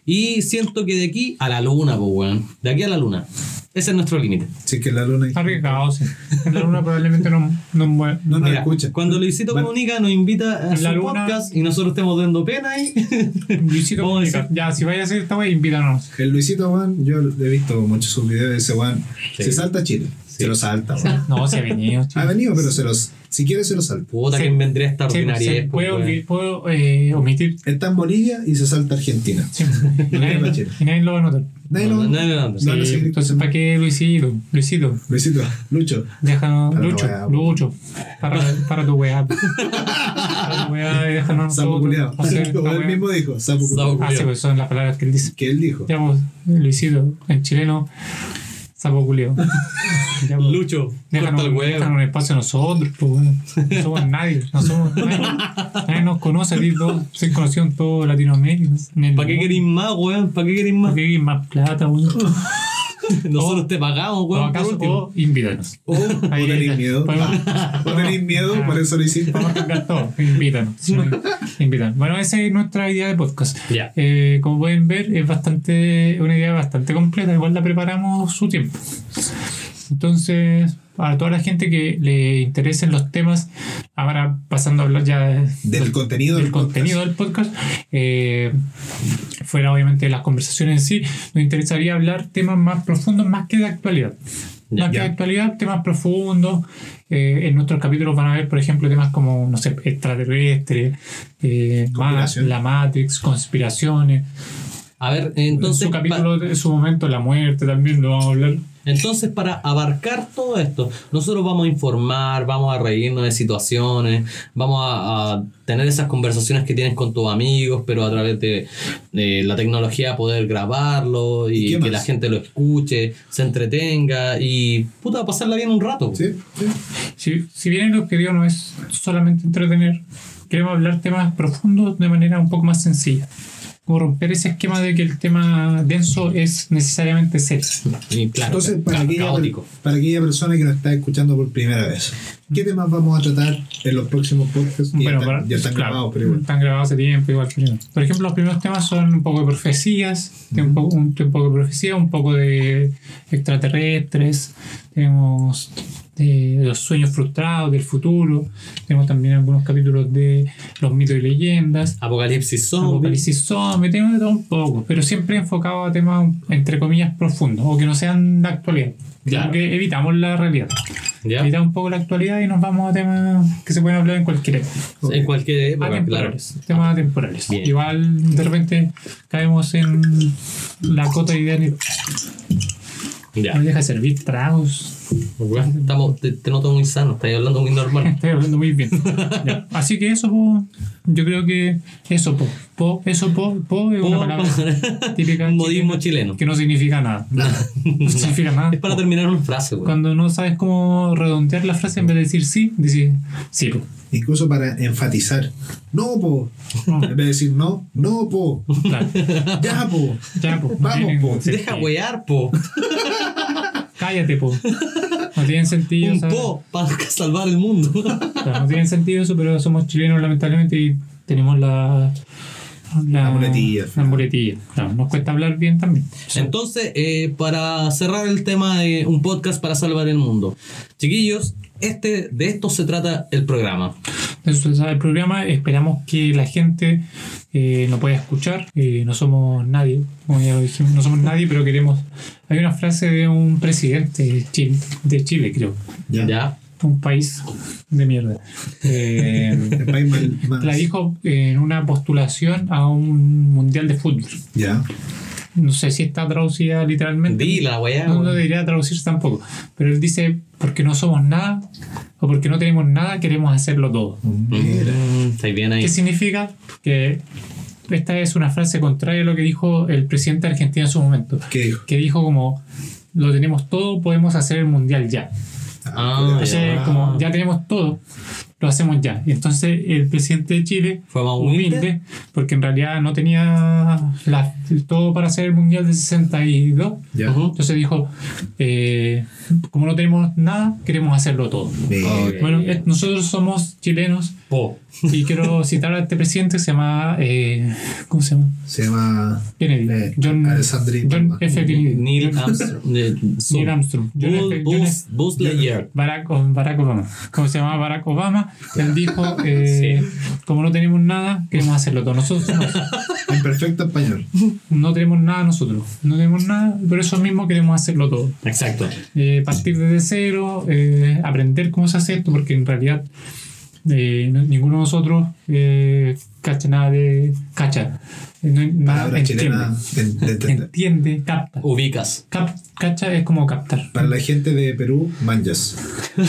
Speaker 2: Y siento que de aquí a la luna, pues, weón. De aquí a la luna. Ese es nuestro límite.
Speaker 3: Sí, que la luna.
Speaker 4: arriesgados. sí. En la luna probablemente no, no muera.
Speaker 3: No nos
Speaker 2: Mira,
Speaker 3: escucha.
Speaker 2: Cuando Luisito
Speaker 3: Bueno.
Speaker 2: Comunica nos invita a
Speaker 4: En la
Speaker 2: su
Speaker 4: luna.
Speaker 2: podcast y nosotros estamos dando pena ahí.
Speaker 4: Luisito
Speaker 2: Vamos a
Speaker 4: Comunica.
Speaker 2: decir-
Speaker 4: Ya, si vaya a hacer esta wey, invítanos.
Speaker 3: El Luisito Juan, yo he visto muchos sus videos de ese Juan.
Speaker 2: Sí.
Speaker 3: Se salta a Chile. Se lo salta. weón.
Speaker 4: No, se ha venido. chico.
Speaker 3: Ha venido, pero se los. Si quiere, se lo salta.
Speaker 2: Puta,
Speaker 4: Sí.
Speaker 2: que vendría esta pues,
Speaker 4: Sí, pues,
Speaker 2: ordinaria.
Speaker 4: sí, puedo olvi- puedo, eh, omitir.
Speaker 3: Está en Bolivia y se salta a Argentina.
Speaker 4: Sí, y, nadie, y nadie lo va a notar.
Speaker 3: Nadie lo-
Speaker 4: Sí,
Speaker 3: No, no sé.
Speaker 4: entonces, ¿para qué Luisito? Luisito,
Speaker 3: Luisito, Lucho.
Speaker 4: déjanos.
Speaker 3: Para la pues.
Speaker 4: Lucho,
Speaker 3: weá,
Speaker 4: Lucho, para, para tu weá. Para tu weá, déjanos.
Speaker 3: Sapo
Speaker 4: nosotros
Speaker 3: culiado.
Speaker 4: hacer esta
Speaker 3: Como él
Speaker 4: weá.
Speaker 3: mismo dijo, sapo culiao.
Speaker 4: Ah, sí, pues son las palabras que él dice.
Speaker 3: Que él dijo.
Speaker 4: Ya, pues, Luisito, en chileno, sapo culiao. Ya, pues.
Speaker 2: Lucho, corta
Speaker 4: Déjanos,
Speaker 2: el
Speaker 4: déjanos
Speaker 2: huevo.
Speaker 4: un espacio a nosotros, pues, weón. No somos nadie, no somos nadie. Nadie nos conoce, aquí todo, se conoció en todo Latinoamérica. en el
Speaker 2: ¿Para qué
Speaker 4: mundo.
Speaker 2: queréis más, weón? ¿Para qué queréis
Speaker 4: ¿Para
Speaker 2: más?
Speaker 4: qué queréis más plata, weón?
Speaker 2: Nosotros te pagamos,
Speaker 4: O
Speaker 2: weón. por
Speaker 4: acaso, oh.
Speaker 2: último.
Speaker 4: o invítanos.
Speaker 3: O no
Speaker 4: Ahí
Speaker 3: tenéis
Speaker 4: está.
Speaker 3: miedo.
Speaker 4: Podemos- Ah.
Speaker 3: No tenéis miedo, por eso lo hiciste.
Speaker 4: Vamos a cambiar todo. Invítanos. sí, Invítanos. Bueno, esa es nuestra idea de podcast.
Speaker 2: Ya.
Speaker 4: Eh, como pueden ver, es bastante una idea bastante completa. Igual la preparamos su tiempo. Entonces, a toda la gente que le interesen los temas, ahora pasando a hablar ya de-
Speaker 3: Del contenido
Speaker 4: del
Speaker 3: del podcast.
Speaker 4: contenido del podcast, eh, fuera obviamente de las conversaciones en sí, nos interesaría hablar temas más profundos, más que de actualidad.
Speaker 2: Ya,
Speaker 4: más que
Speaker 3: ya.
Speaker 4: de actualidad, temas profundos. Eh, en nuestros capítulos van a haber, por ejemplo, temas como, no sé, extraterrestre, eh, Ma-
Speaker 3: Conspiración.
Speaker 4: la Matrix, conspiraciones.
Speaker 2: A ver, entonces.
Speaker 4: en su
Speaker 2: pa-
Speaker 4: capítulo, de- en su momento, la muerte también lo vamos a hablar.
Speaker 2: Entonces, para abarcar todo esto, nosotros vamos a informar, vamos a reírnos de situaciones, vamos a, a tener esas conversaciones que tienes con tus amigos, pero a través de, de la tecnología poder grabarlo
Speaker 3: ¿Y
Speaker 2: y
Speaker 3: qué
Speaker 2: que
Speaker 3: más?
Speaker 2: la gente lo escuche, se entretenga y puta, pasarla bien un rato.
Speaker 3: Sí, sí.
Speaker 4: Si, si bien el objetivo no es solamente entretener, queremos hablar temas profundos de manera un poco más sencilla. Como romper ese esquema de que el tema denso es necesariamente serio.
Speaker 2: Y claro,
Speaker 3: Entonces, para,
Speaker 2: ca-
Speaker 3: aquella,
Speaker 2: caótico.
Speaker 3: para aquella persona que nos está escuchando por primera vez, ¿qué temas vamos a tratar en los próximos podcasts? Ya
Speaker 4: Bueno,
Speaker 3: están,
Speaker 4: para-
Speaker 3: ya están
Speaker 4: claro,
Speaker 3: grabados, pero igual.
Speaker 4: Están grabados hace tiempo, igual. pero- Por ejemplo, los primeros temas son un poco de profecías, de un, poco, un, un poco de profecía, un poco de extraterrestres, tenemos de los sueños frustrados del futuro, tenemos también algunos capítulos de los mitos y leyendas.
Speaker 2: Apocalipsis zombie.
Speaker 4: Apocalipsis zombie, tenemos de todo un poco, pero siempre enfocado a temas entre comillas profundos o que no sean de actualidad.
Speaker 2: Claro.
Speaker 4: Ya que evitamos la realidad.
Speaker 2: ¿ya?
Speaker 4: Evitamos un poco la actualidad y nos vamos a temas que se pueden hablar en cualquier época.
Speaker 2: En cualquier época, claro.
Speaker 4: Atemporales, temas atemporales.
Speaker 2: Bien.
Speaker 4: Igual de repente caemos en la cota de ideas.
Speaker 2: Ya.
Speaker 4: No deja servir tragos.
Speaker 2: Weón, estamos- te, te noto muy sano, estás hablando muy normal.
Speaker 4: Estoy hablando muy bien. Ya. Así que eso, po. Yo creo que eso, po. po eso, po, po es una
Speaker 2: Po,
Speaker 4: palabra
Speaker 2: po.
Speaker 4: típica.
Speaker 2: Un modismo
Speaker 4: chilena
Speaker 2: chileno.
Speaker 4: Que no significa nada. No significa nada.
Speaker 2: Es
Speaker 3: Oh.
Speaker 2: para terminar una frase, weón.
Speaker 4: Cuando no sabes cómo redondear la frase, en vez de decir sí, decís sí, po.
Speaker 3: Incluso para enfatizar. No, po. En vez de decir no, no, po.
Speaker 4: Claro.
Speaker 3: Ya, po.
Speaker 4: Ya, po. No
Speaker 3: Vamos,
Speaker 4: tiene
Speaker 3: po.
Speaker 4: ningún sentido.
Speaker 2: Deja wear, po.
Speaker 4: Cállate, po. No tiene sentido.
Speaker 2: Un
Speaker 4: ¿sabes?
Speaker 2: po para salvar el mundo.
Speaker 4: Claro, no tiene sentido eso, pero somos chilenos lamentablemente y tenemos la...
Speaker 3: La muletilla.
Speaker 4: La muletilla. Claro, nos cuesta hablar bien también.
Speaker 2: Entonces, eh, para cerrar el tema de un podcast para salvar el mundo. Chiquillos, este, de esto se trata el programa.
Speaker 4: Entonces, el programa, esperamos que la gente eh, nos pueda escuchar. Eh, no somos nadie, como ya lo dijimos, no somos nadie, pero queremos. Hay una frase de un presidente de Chile, de Chile creo,
Speaker 3: Ya.
Speaker 2: ¿Ya?
Speaker 4: un país de mierda. Eh,
Speaker 3: El país mal- más.
Speaker 4: la dijo en una postulación a un mundial de fútbol.
Speaker 3: Ya.
Speaker 4: No sé si está traducida literalmente.
Speaker 2: Dila, weá.
Speaker 4: No, no
Speaker 2: weón.
Speaker 4: debería traducirse tampoco. Pero él dice, porque no somos nada o porque no tenemos nada, queremos hacerlo todo.
Speaker 3: Mira.
Speaker 2: Mm, Estáis bien ahí.
Speaker 4: ¿Qué significa? Que esta es una frase contraria a lo que dijo el presidente de Argentina en su momento.
Speaker 3: ¿Qué dijo?
Speaker 4: Que dijo como, lo tenemos todo, podemos hacer el mundial ya.
Speaker 2: Ah,
Speaker 3: pues,
Speaker 4: Entonces,
Speaker 2: ya.
Speaker 4: como ya tenemos todo, lo hacemos ya. Y entonces el presidente de Chile
Speaker 2: Fue más humilde.
Speaker 4: humilde, porque en realidad no tenía la- todo para hacer el mundial de 62.
Speaker 3: Ya.
Speaker 2: Ujú.
Speaker 4: Entonces dijo, eh, como no tenemos nada, queremos hacerlo todo.
Speaker 3: Mira.
Speaker 2: Ok.
Speaker 4: Bueno, eh, nosotros somos chilenos
Speaker 2: Po.
Speaker 4: y quiero citar a este presidente que se llama. eh, ¿Cómo se llama?
Speaker 3: Se llama.
Speaker 4: Kennedy.
Speaker 3: Eh,
Speaker 4: John,
Speaker 3: Alexandre
Speaker 4: John
Speaker 3: Palma.
Speaker 4: F. Kennedy.
Speaker 2: Neil
Speaker 4: John-
Speaker 2: Armstrong. eh, su-
Speaker 4: Neil Armstrong. John
Speaker 2: Buzz-
Speaker 4: F. John
Speaker 2: Buzz-
Speaker 4: F.
Speaker 2: Buzz Lightyear.
Speaker 4: Barack, o- Barack Obama. ¿Cómo se llama Barack Obama? Él dijo: eh, Como no tenemos nada, queremos hacerlo todo. Nosotros no,
Speaker 3: En perfecto español.
Speaker 4: no tenemos nada, nosotros. No tenemos nada, pero eso mismo queremos hacerlo todo.
Speaker 2: Exacto.
Speaker 4: eh, partir desde cero, eh, aprender cómo se hace esto, porque en realidad eh, no- ninguno de nosotros eh, cacha nada de. cacha. Eh, no- nada
Speaker 3: Palabra chilena.
Speaker 4: entiende,
Speaker 3: de- de- de- de-
Speaker 4: entiende, capta.
Speaker 2: Ubicas.
Speaker 4: Cap- cacha es como captar.
Speaker 3: Para la gente de Perú, manjas.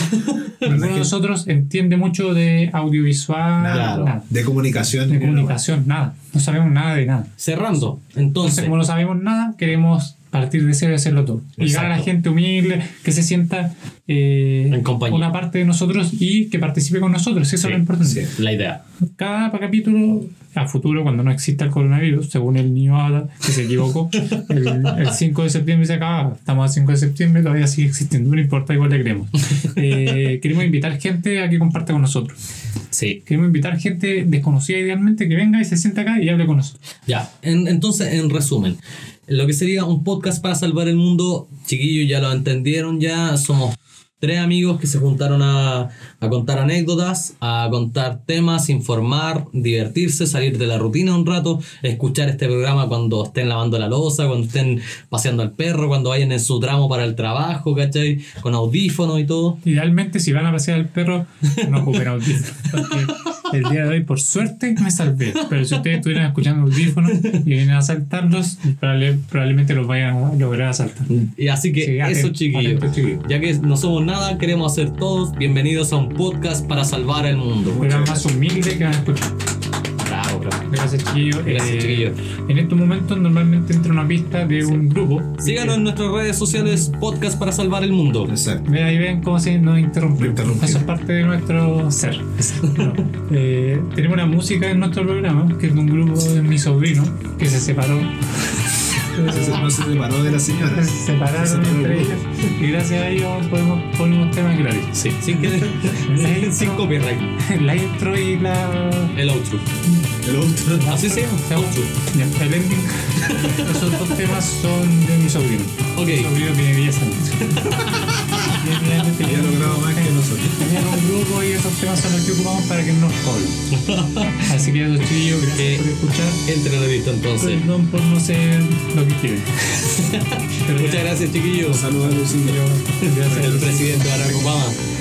Speaker 3: Para la
Speaker 4: Ninguno de
Speaker 3: gente
Speaker 4: nosotros entiende mucho de audiovisual,
Speaker 3: Nada.
Speaker 4: nada,
Speaker 3: de comunicación.
Speaker 4: de comunicación, nada. No sabemos nada de nada.
Speaker 2: Cerrando.
Speaker 4: Entonces,
Speaker 2: Entonces,
Speaker 4: como no sabemos nada, queremos partir de cero y hacerlo todo. Llegar a la
Speaker 2: Exacto.
Speaker 4: gente humilde, que se sienta eh,
Speaker 2: En compañía.
Speaker 4: una parte de nosotros y que participe con nosotros. Eso
Speaker 2: Sí,
Speaker 4: es lo importante.
Speaker 3: sí.
Speaker 2: la idea.
Speaker 4: Cada capítulo, a futuro, cuando no exista el coronavirus, según el niño Ada, que se equivocó, el, el 5 de septiembre se acaba. Estamos a 5 de septiembre, todavía sigue existiendo, no importa, igual le queremos. Eh, queremos invitar gente a que comparta con nosotros.
Speaker 2: Sí.
Speaker 4: Queremos invitar gente desconocida idealmente que venga y se sienta acá y hable con nosotros.
Speaker 2: Ya, en- entonces, en resumen, lo que sería un podcast para salvar el mundo, chiquillos ya lo entendieron, ya somos tres amigos que se juntaron a, a contar anécdotas, a contar temas, informar, divertirse, salir de la rutina un rato, escuchar este programa cuando estén lavando la losa, cuando estén paseando al perro, cuando vayan en su tramo para el trabajo, ¿cachai? Con audífonos y todo.
Speaker 4: Idealmente, si van a pasear al perro, no ocupen audífonos. Porque el día de hoy, por suerte, me salvé. Pero si ustedes estuvieran escuchando audífonos y vienen a asaltarlos, probable- probablemente los vayan a lograr asaltar.
Speaker 2: Y así que
Speaker 4: Sí,
Speaker 2: eso,
Speaker 4: atent-
Speaker 2: chiquillos.
Speaker 4: atento, chiquillos.
Speaker 2: Ya que no somos nada, queremos hacer todos bienvenidos a un podcast para salvar el mundo.
Speaker 4: Era más humilde que van a escuchar.
Speaker 2: Bravo, bravo.
Speaker 4: Gracias, chiquillos.
Speaker 2: Gracias, chiquillos.
Speaker 4: En estos momentos, normalmente entra una pista de un grupo.
Speaker 2: Síganos en nuestras redes sociales, podcast para salvar el mundo.
Speaker 3: Exacto.
Speaker 4: Ve ahí ven cómo se nos interrumpe.
Speaker 3: Nos interrumpimos.
Speaker 4: Eso es parte de nuestro ser. Bueno, eh, tenemos una música en nuestro programa, que es de un grupo de mi sobrino, que se separó.
Speaker 3: Entonces, No se separó de las
Speaker 4: se
Speaker 3: señoras.
Speaker 4: separaron entre ellos y gracias a ellos podemos poner unos temas gratis.
Speaker 2: Sí, sin, que, sin, sin copyright.
Speaker 4: La intro y la.
Speaker 2: El outro.
Speaker 3: El otro.
Speaker 2: Así se llama, outro.
Speaker 4: ya, el ending. Esos dos temas son de mi sobrino. Mi
Speaker 2: Ok,
Speaker 4: sobrino tiene 10 años. Y él
Speaker 3: Ya ha
Speaker 4: tenía-
Speaker 3: logrado más que nosotros.
Speaker 4: tenía un grupo y esos temas son los que ocupamos para que nos cobren. Así que eso chillo, gracias
Speaker 2: Eh,
Speaker 4: por escuchar.
Speaker 2: entre lo visto entonces.
Speaker 4: Perdón por no ser lo que quieren. Pero
Speaker 2: Muchas
Speaker 4: ya,
Speaker 2: gracias, chiquillos.
Speaker 3: Saludos a Lucilio.
Speaker 4: Gracias.
Speaker 2: El presidente Barack Obama.